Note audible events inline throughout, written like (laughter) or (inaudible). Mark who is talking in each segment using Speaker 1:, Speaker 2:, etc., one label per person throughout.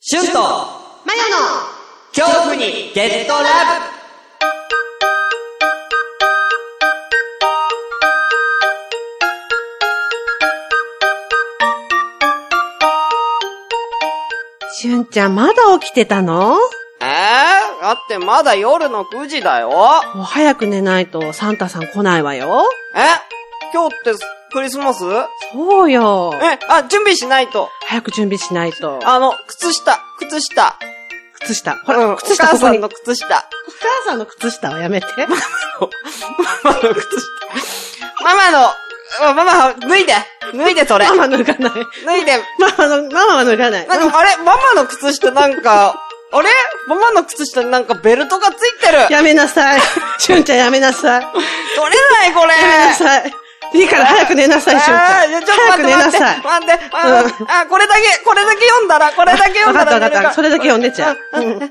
Speaker 1: シュンとマヨの恐怖にゲットラブ
Speaker 2: しゅんちゃん、まだ起きてたの
Speaker 3: えー、だってまだ夜の9時だよ。
Speaker 2: もう早く寝ないとサンタさん来ないわよ。
Speaker 3: え今日ってクリスマスえ、
Speaker 2: そうよ。
Speaker 3: あ、準備しないと。
Speaker 2: 早く準備しないと。
Speaker 3: あの、靴下、靴下。
Speaker 2: 靴下。ほら、
Speaker 3: うん
Speaker 2: 靴
Speaker 3: お
Speaker 2: 下
Speaker 3: 母
Speaker 2: ここ
Speaker 3: さ
Speaker 2: に。
Speaker 3: ん
Speaker 2: お
Speaker 3: の靴下。
Speaker 2: 母さんの靴下はやめて。
Speaker 3: ママの靴下。 (laughs) ママの、ママ、脱いで脱いでそれ
Speaker 2: ママ脱がない。
Speaker 3: (laughs) 脱いで
Speaker 2: ママの、ママは脱がない。
Speaker 3: なんか、あれママの靴下なんか、あれママの靴下になんかベルトがついてる取れ
Speaker 2: やめなさい。しゅんちゃんやめなさい。や
Speaker 3: ない (laughs) これ
Speaker 2: めなさい。いいから早く寝なさい、しゅんち
Speaker 3: あ
Speaker 2: ゃ
Speaker 3: ーいや
Speaker 2: ん。
Speaker 3: ちょっと
Speaker 2: 早
Speaker 3: 待
Speaker 2: く
Speaker 3: っ
Speaker 2: 寝
Speaker 3: て
Speaker 2: な
Speaker 3: 待って
Speaker 2: さい。
Speaker 3: 待って。あー、あーこれだけ、これだけ読んだら、これだけ読
Speaker 2: わ
Speaker 3: ん
Speaker 2: か
Speaker 3: だら
Speaker 2: ったわかっ
Speaker 3: 寝る
Speaker 2: た。それだけ読んでちゃう。うん
Speaker 3: こ、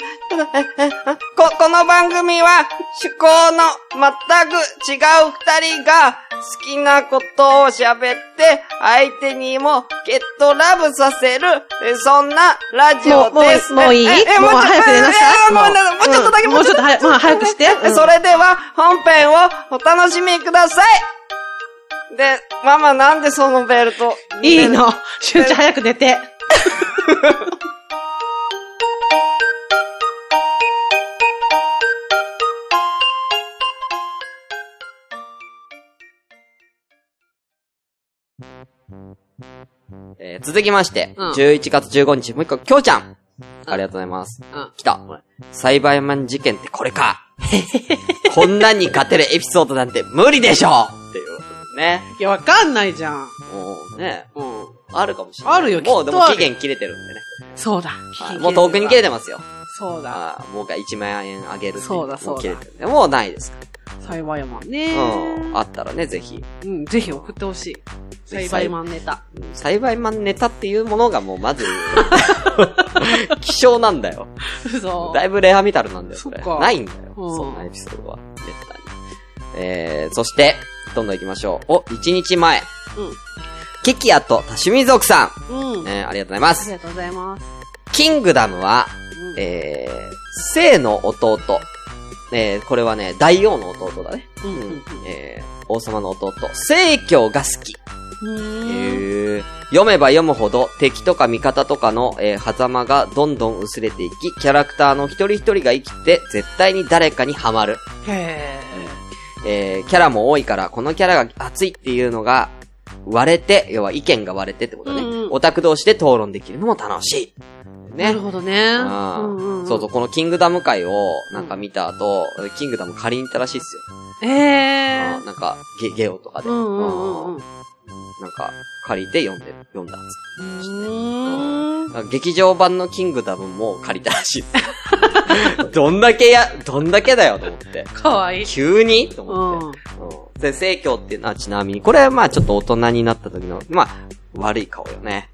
Speaker 3: この番組は、趣向の全く違う二人が、好きなことを喋って、相手にもゲットラブさせる、えそんなラジオ
Speaker 2: もう
Speaker 3: です。
Speaker 2: もうもういい
Speaker 3: えええ
Speaker 2: もう
Speaker 3: もうちょ
Speaker 2: 早く寝なさい
Speaker 3: ええもう
Speaker 2: もう
Speaker 3: もうちょっとだけ、
Speaker 2: うんもうちょっとは早くしてうん
Speaker 3: それでは、本編をお楽しみください。で、ママなんでそのベルト。
Speaker 2: いいの。しゅんちゃん早く寝て。
Speaker 3: えー続きまして、
Speaker 2: うん
Speaker 3: 11月15日、もう一個、きょうちゃん。ありがとうございます。
Speaker 2: うん
Speaker 3: 来た。栽培マン事件ってこれか。こんなに勝てるエピソードなんて無理でしょうっていうことですね。
Speaker 2: いや、わかんないじゃん。
Speaker 3: もうね、
Speaker 2: うん。
Speaker 3: あるかもしれない。
Speaker 2: あるよ
Speaker 3: もうで
Speaker 2: きっ
Speaker 3: も
Speaker 2: とあ
Speaker 3: 期
Speaker 2: る
Speaker 3: 限切れてるんでね。
Speaker 2: そうだ
Speaker 3: はい。もう遠くに切れてますよ。
Speaker 2: そうだ。
Speaker 3: あーもうが1万円あげるってい
Speaker 2: そうだそうだ
Speaker 3: も切れてるんでもうないですか
Speaker 2: 幸いやもん
Speaker 3: ら。
Speaker 2: ね。
Speaker 3: うん。あったらね、ぜひ。
Speaker 2: うん、ぜひ送ってほしい。
Speaker 3: ぜ
Speaker 2: 栽
Speaker 3: ひ
Speaker 2: 培マンネタ。 (laughs)
Speaker 3: うん栽培マンネタっていうものがもうまず、 (laughs) 希少なんだよ。
Speaker 2: 嘘。
Speaker 3: だいぶレアメタルなんだよ、
Speaker 2: そ
Speaker 3: こ
Speaker 2: っ
Speaker 3: れ。
Speaker 2: か
Speaker 3: ないんだよ、
Speaker 2: うん
Speaker 3: そんなエピソードは。絶対に。えー、そして、どんどん行きましょう。お、1日前。
Speaker 2: うん。
Speaker 3: キキアと多趣味族さん。
Speaker 2: うん。あ
Speaker 3: えー、ありがとうございま
Speaker 2: り
Speaker 3: す。
Speaker 2: がとうございます。
Speaker 3: キングダムは、
Speaker 2: うん
Speaker 3: えー、聖の弟。えー、これはね、大王の弟だね。
Speaker 2: うん
Speaker 3: う
Speaker 2: うん
Speaker 3: ん。えー、王様の弟。聖教が好き。
Speaker 2: うん。
Speaker 3: へえ。読めば読むほど敵とか味方とかの、えー、狭間がどんどん薄れていき、キャラクターの一人一人が生きて絶対に誰かにはまる。
Speaker 2: へ
Speaker 3: えー、キャラも多いから、このキャラが熱いっていうのが割れて、要は意見が割れてってことね。
Speaker 2: うんうん
Speaker 3: オタク同士で討論できるのも楽しい。
Speaker 2: え。な
Speaker 3: ね
Speaker 2: る。ほどね。
Speaker 3: あ
Speaker 2: ん
Speaker 3: ー
Speaker 2: んん
Speaker 3: そうそう、。このキングダム会をなんか見た後、キングダム借りに行ったらしいっすよ。
Speaker 2: え
Speaker 3: あーなんかゲ、ゲオとか
Speaker 2: え。
Speaker 3: で。
Speaker 2: うんうんうん
Speaker 3: あ。
Speaker 2: うん
Speaker 3: ーなんか、借りて読んで、読んだっつって
Speaker 2: うーん。
Speaker 3: 劇場版のキングダムも借りたらしい (laughs) です。どんだけや、どんだけだよと思って。
Speaker 2: かわいい。
Speaker 3: 急にと
Speaker 2: う
Speaker 3: 思って。
Speaker 2: ん。
Speaker 3: うん、で、聖教っていうのはちなみに、これはまあちょっと大人になった時の、まあ悪い顔よね。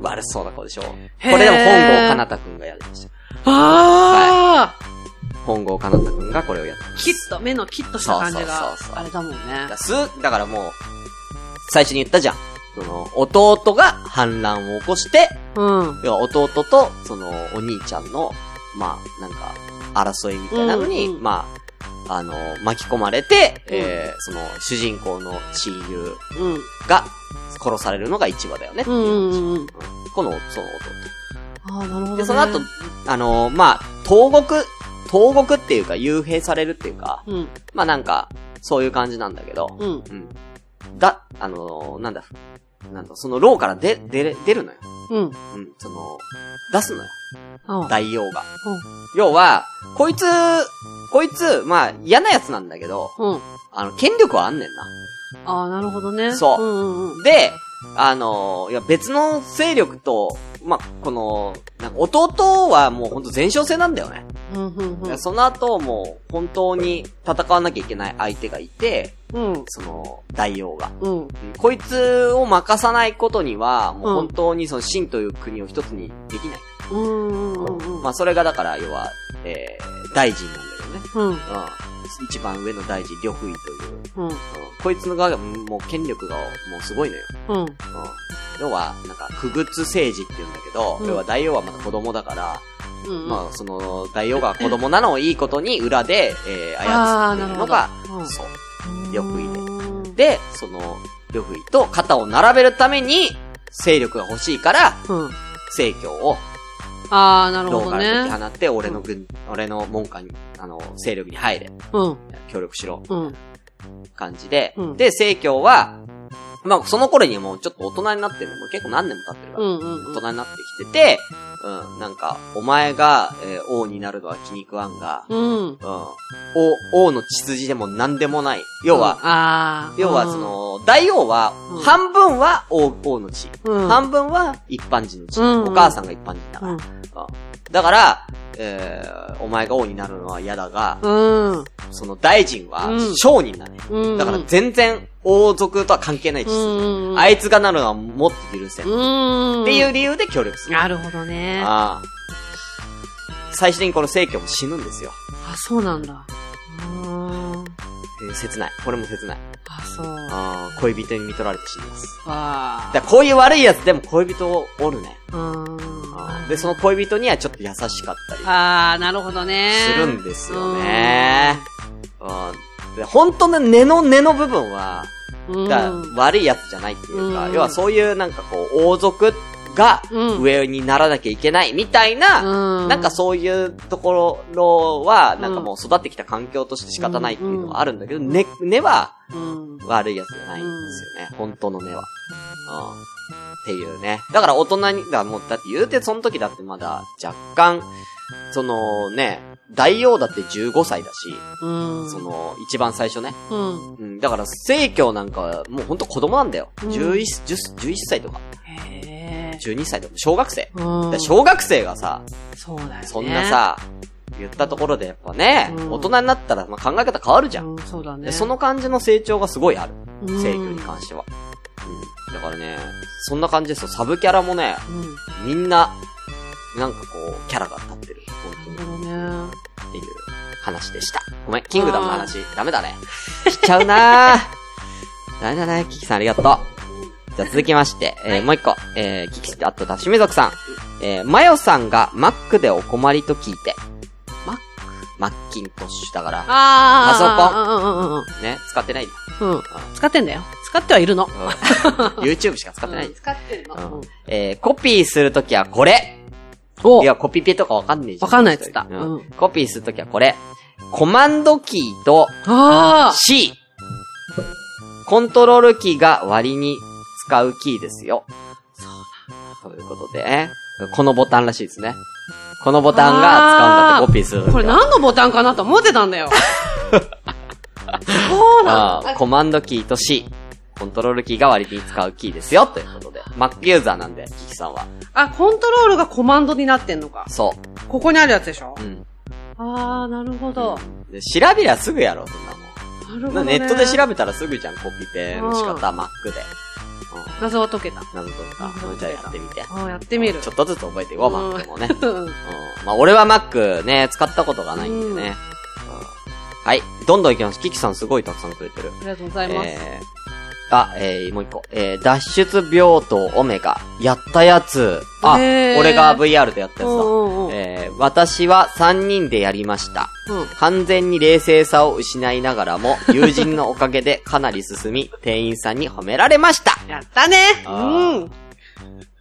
Speaker 3: 悪そうな顔でしょ。こ
Speaker 2: へー
Speaker 3: れでも本郷かなたくんがやりました。
Speaker 2: ああ
Speaker 3: 本郷かなたくんがこれをやった。
Speaker 2: キッと、目のキッとした感じ
Speaker 3: そう
Speaker 2: が
Speaker 3: そうそう、そう
Speaker 2: あれだもんね。
Speaker 3: だからす、だからもう、最初に言ったじゃん。その、弟が反乱を起こして、
Speaker 2: うん。
Speaker 3: 要は弟と、その、お兄ちゃんの、まあ、なんか、争いみたいなのに、
Speaker 2: うんうん
Speaker 3: まあ、あの、巻き込まれて、
Speaker 2: うん
Speaker 3: えーその、主人公の親友
Speaker 2: うん。
Speaker 3: が殺されるのが一話だよねって
Speaker 2: う
Speaker 3: い
Speaker 2: ん
Speaker 3: う
Speaker 2: う
Speaker 3: 話。
Speaker 2: んうん。
Speaker 3: この、その
Speaker 2: ああ、なるほ
Speaker 3: 弟。
Speaker 2: どね。
Speaker 3: で、その後、あの、まあ、東国、東国っていうか、幽閉されるっていうか、
Speaker 2: うん。
Speaker 3: まあ、なんか、そういう感じなんだけど、
Speaker 2: うん。
Speaker 3: うん。だ、あの、なんだ、なんだ、その牢から出、出れ、出るのよ。
Speaker 2: うん。
Speaker 3: うん、その、出すのよ。
Speaker 2: ああ。
Speaker 3: 大王が。要は、こいつ、こいつ、まあ、嫌な奴なんだけど、
Speaker 2: うん。
Speaker 3: あの、権力はあんねん
Speaker 2: ああ、なるほどね。
Speaker 3: そう
Speaker 2: うんうんうん
Speaker 3: な。。で、あの、いや、別の勢力と、まあ、この、なんか弟はもうほんと前哨戦なんだよね。
Speaker 2: うんうんうん。
Speaker 3: その後もう、本当に戦わなきゃいけない相手がいて、
Speaker 2: うん。
Speaker 3: その、大王が。
Speaker 2: うん。
Speaker 3: うんこいつを任さないことには、もう本当にその秦という国を一つにできない。
Speaker 2: うんうんうんうん。
Speaker 3: まあ、それがだから、要は、えー、大臣なんだけどね。
Speaker 2: うん。
Speaker 3: うん。一番上の大臣、呂不韋という。うん。
Speaker 2: うん。
Speaker 3: こいつの側が、もう権力が、もうすごいのよ。
Speaker 2: うん。
Speaker 3: うん。要は、なんか、不仏政治って言うんだけど、
Speaker 2: うん
Speaker 3: 要は大王はまだ子供だから、
Speaker 2: うん。
Speaker 3: まあ、その、大王が子供なのをいいことに裏で、えー、操
Speaker 2: ああ
Speaker 3: っ
Speaker 2: ー、
Speaker 3: てい
Speaker 2: なる
Speaker 3: る
Speaker 2: ほ
Speaker 3: の
Speaker 2: ど
Speaker 3: が、。
Speaker 2: うん
Speaker 3: そう。呂不韋で
Speaker 2: うん
Speaker 3: で、その、呂不韋と肩を並べるために、勢力が欲しいから、
Speaker 2: うん。
Speaker 3: 聖教を、
Speaker 2: ああ、なる
Speaker 3: 牢
Speaker 2: ほ
Speaker 3: か
Speaker 2: ど
Speaker 3: ら解き
Speaker 2: ね。
Speaker 3: 放って、俺の軍、俺の門下に、あの、勢力に入れ。
Speaker 2: うん。
Speaker 3: 協力しろ。
Speaker 2: うん。
Speaker 3: 感じで。
Speaker 2: うん
Speaker 3: で、聖教は、まあ、その頃にもうちょっと大人になってるのもう結構何年も経ってるか
Speaker 2: う
Speaker 3: ら、
Speaker 2: ん。うん。
Speaker 3: 大人になってきてて、うん、なんか、お前が、えー王になるのは気に食わんが、
Speaker 2: うん。
Speaker 3: うん、王、王の血筋でも何でもない。要は、
Speaker 2: うんああ。
Speaker 3: 要は
Speaker 2: うん
Speaker 3: そ、の、大王は
Speaker 2: う、ん
Speaker 3: 半分は王王の血、
Speaker 2: うん
Speaker 3: 半分は一般人の血、
Speaker 2: うん
Speaker 3: お母さんが一般人だか
Speaker 2: う
Speaker 3: ら。
Speaker 2: ん。
Speaker 3: だから、えーお前が王になるのは嫌だが、
Speaker 2: うん。
Speaker 3: その大臣は
Speaker 2: うん
Speaker 3: 商人だね。
Speaker 2: うん。
Speaker 3: だから全然王族とは関係ないし、
Speaker 2: うん。
Speaker 3: あいつがなるのはもっと許せん。っ
Speaker 2: うん。
Speaker 3: ていう理由で協力する。
Speaker 2: なるほどね。あ、
Speaker 3: ああ最終的にこの聖教も死ぬんですよ。
Speaker 2: そうなんだ。うーん。
Speaker 3: えー切ない。これも切ない。
Speaker 2: あ、そう。わ
Speaker 3: ああ恋人に見取られて死にます。
Speaker 2: あ。
Speaker 3: だからこういう悪いやつでも恋人おるね。
Speaker 2: うーん。
Speaker 3: で、その恋人にはちょっと優しかったり
Speaker 2: あー、なるほどね。
Speaker 3: するんですよね。うん。で、本当の根の根の部分は、
Speaker 2: うん。
Speaker 3: だ悪いやつじゃないっていうか、
Speaker 2: うん
Speaker 3: 要はそういうなんかこう、王族が
Speaker 2: うん
Speaker 3: 上にならなきゃいけないみたいな、
Speaker 2: うん。
Speaker 3: なんかそういうところは、なんかもう育ってきた環境として仕方ないっていうのはあるんだけど、
Speaker 2: うん
Speaker 3: 根、根は
Speaker 2: うん。
Speaker 3: 悪いやつじゃないんですよね。本当の根は。うん。っていうね。だから大人に、だからもう、だって言うてその時だってまだ若干、そのね、大王だって15歳だし、
Speaker 2: うん。
Speaker 3: その、一番最初ね。
Speaker 2: うん。
Speaker 3: うん、だから、聖教なんかは、もうほんと子供なんだよ。
Speaker 2: うん
Speaker 3: 11、10 11歳とか、
Speaker 2: へ
Speaker 3: 12歳とか、小学生。
Speaker 2: ー。う
Speaker 3: だ
Speaker 2: ん。
Speaker 3: 小学生がさ、
Speaker 2: そうだよね。
Speaker 3: そんな、さ、言ったところでやっぱね、
Speaker 2: うん
Speaker 3: 大人になったらまあ考え方変わるじゃん。
Speaker 2: うん、そうだ
Speaker 3: で
Speaker 2: ね。
Speaker 3: その感じの成長がすごいある。
Speaker 2: うん、
Speaker 3: 聖教に関しては。うん。だからね、そんな感じですよ。サブキャラもね、
Speaker 2: うん。
Speaker 3: みんな、なんかこう、キャラが立ってる。本
Speaker 2: な
Speaker 3: 当
Speaker 2: る
Speaker 3: に。
Speaker 2: ほどね。
Speaker 3: っていう話でした。ごめん、キングダムの話、ダメだね。しちゃうなぁ。 (laughs) ダメだね、キキさんありがとう。じゃあ続きまして、えーもう一個、えー、キキさん、あと、ダッシュメ族さん。えー、マヨさんがマックでお困りと聞いて。
Speaker 2: マック
Speaker 3: マッキントッシュだから、
Speaker 2: ああ、パ
Speaker 3: ね、使って (laughs) ないんだ。
Speaker 2: ソコン。うんうんうんうん。うん。使ってんだよ。使ってはいるの。
Speaker 3: うん YouTube しか使ってないんです。
Speaker 2: 使ってる
Speaker 3: う
Speaker 2: の
Speaker 3: ん。えー、コピーするときはこれ
Speaker 2: お
Speaker 3: いや、コピペとかわかんねえじゃん。
Speaker 2: わかんないっつった
Speaker 3: う
Speaker 2: うんん。
Speaker 3: コピーするときはこれ。コマンドキーと
Speaker 2: あ
Speaker 3: C。コントロールキーが割に使うキーですよ。そうということで、ね、このボタンらしいですね。このボタンが使うんだってコピーするんだ
Speaker 2: あ。
Speaker 3: よ。
Speaker 2: これ何のボタンかなと思ってたん
Speaker 3: (laughs)
Speaker 2: だよ。そうな
Speaker 3: あ
Speaker 2: ん
Speaker 3: ー
Speaker 2: だ。
Speaker 3: コマンドキーと C。コントロールキーが割に使うキーですよ。ということで。Mac ユーザーなんで、キキさんは。
Speaker 2: あ、コントロールがコマンドになってんのか。
Speaker 3: そ
Speaker 2: ここにあるやつでしょ
Speaker 3: う。うん。
Speaker 2: ああ、なるほど。
Speaker 3: で調べりゃすぐやろ、そんなも
Speaker 2: なるほど、
Speaker 3: ん。
Speaker 2: ね。
Speaker 3: ネットで調べたらすぐじゃん、コピペの仕方、Mac で。うん。
Speaker 2: 謎は解けた。
Speaker 3: 謎解きか。じゃあやってみて。
Speaker 2: ああ、やってみる。
Speaker 3: ちょっとずつ覚えていこう、
Speaker 2: うん
Speaker 3: Mac もね。
Speaker 2: う
Speaker 3: う
Speaker 2: ん。
Speaker 3: んまあ、俺は Mac ね、使ったことがないんでね。
Speaker 2: うん
Speaker 3: うんはい、どんどん行きます。キキさんすごいたくさんくれてる。
Speaker 2: ありがとうございます。
Speaker 3: えー、あ、えー、もう一個。えー、脱出病棟オメガ。やったやつ。あ、
Speaker 2: へー
Speaker 3: 俺が VR でやったや
Speaker 2: う
Speaker 3: つ
Speaker 2: ん
Speaker 3: だ。
Speaker 2: うんうん。
Speaker 3: えー、私は3人でやりました。
Speaker 2: うん
Speaker 3: 完全に冷静さを失いながらも、友人のおかげでかなり進み、 (laughs) 店員さんに褒められました。
Speaker 2: やったね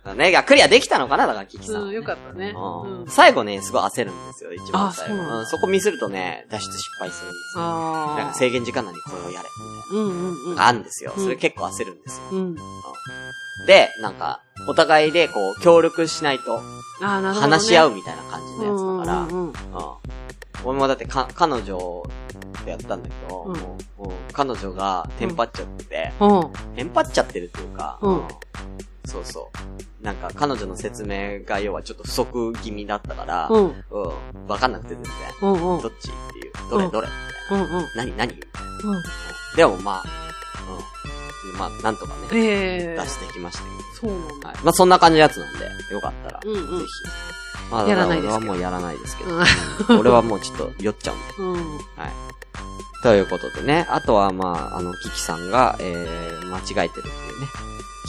Speaker 3: あね、いやクリアできたのかなだから、キキ
Speaker 2: う
Speaker 3: さんは
Speaker 2: ん。
Speaker 3: ね、
Speaker 2: うん、よかったね。
Speaker 3: うん
Speaker 2: うん、
Speaker 3: 最後ね、すごい焦るんですよ、一番最後。
Speaker 2: あそうなんだ
Speaker 3: うんそこミスるとね、脱出失敗するんですよ。
Speaker 2: あ
Speaker 3: なんか制限時間内にこれをやれ。
Speaker 2: うんうんうん。
Speaker 3: あんですよ。
Speaker 2: うん
Speaker 3: それ結構焦るんですよ。
Speaker 2: うん。
Speaker 3: で、なんか、お互いでこう、協力しないと、
Speaker 2: ああ、なるほど、ね。
Speaker 3: 話し合
Speaker 2: う
Speaker 3: うみたいな感じのやつだから、
Speaker 2: んうんう
Speaker 3: う
Speaker 2: ん
Speaker 3: ん俺もだってか、彼女でやったんだけど、
Speaker 2: うん
Speaker 3: もうもう彼女がテンパっちゃって、
Speaker 2: うん。
Speaker 3: テンパっちゃってるっていうか、
Speaker 2: うん
Speaker 3: そうそう。なんか、彼女の説明が要はちょっと不足気味だったから、
Speaker 2: うん。
Speaker 3: うん。わかんなくて全然。
Speaker 2: うんうん。
Speaker 3: どっちっていう。どれ
Speaker 2: うん
Speaker 3: どれ
Speaker 2: うんうん。
Speaker 3: 何何
Speaker 2: うん。
Speaker 3: でもまあ、うん。まあ、なんとかね、
Speaker 2: ええ
Speaker 3: 出してきましたけ
Speaker 2: そうなん
Speaker 3: ど。
Speaker 2: だ。
Speaker 3: はい。まあそんな感じのやつなんで、よかったら、
Speaker 2: うんうん
Speaker 3: ぜひ。まあ、だ
Speaker 2: や
Speaker 3: からら
Speaker 2: ない
Speaker 3: 俺
Speaker 2: で
Speaker 3: は
Speaker 2: すけど
Speaker 3: もうやらないですけど。
Speaker 2: うん
Speaker 3: うん俺はもうちょっと酔っちゃうん
Speaker 2: (laughs)
Speaker 3: で。
Speaker 2: うん。
Speaker 3: ということでね。あとはまあ、あの、キキさんが、えー、間違えてるっていうね。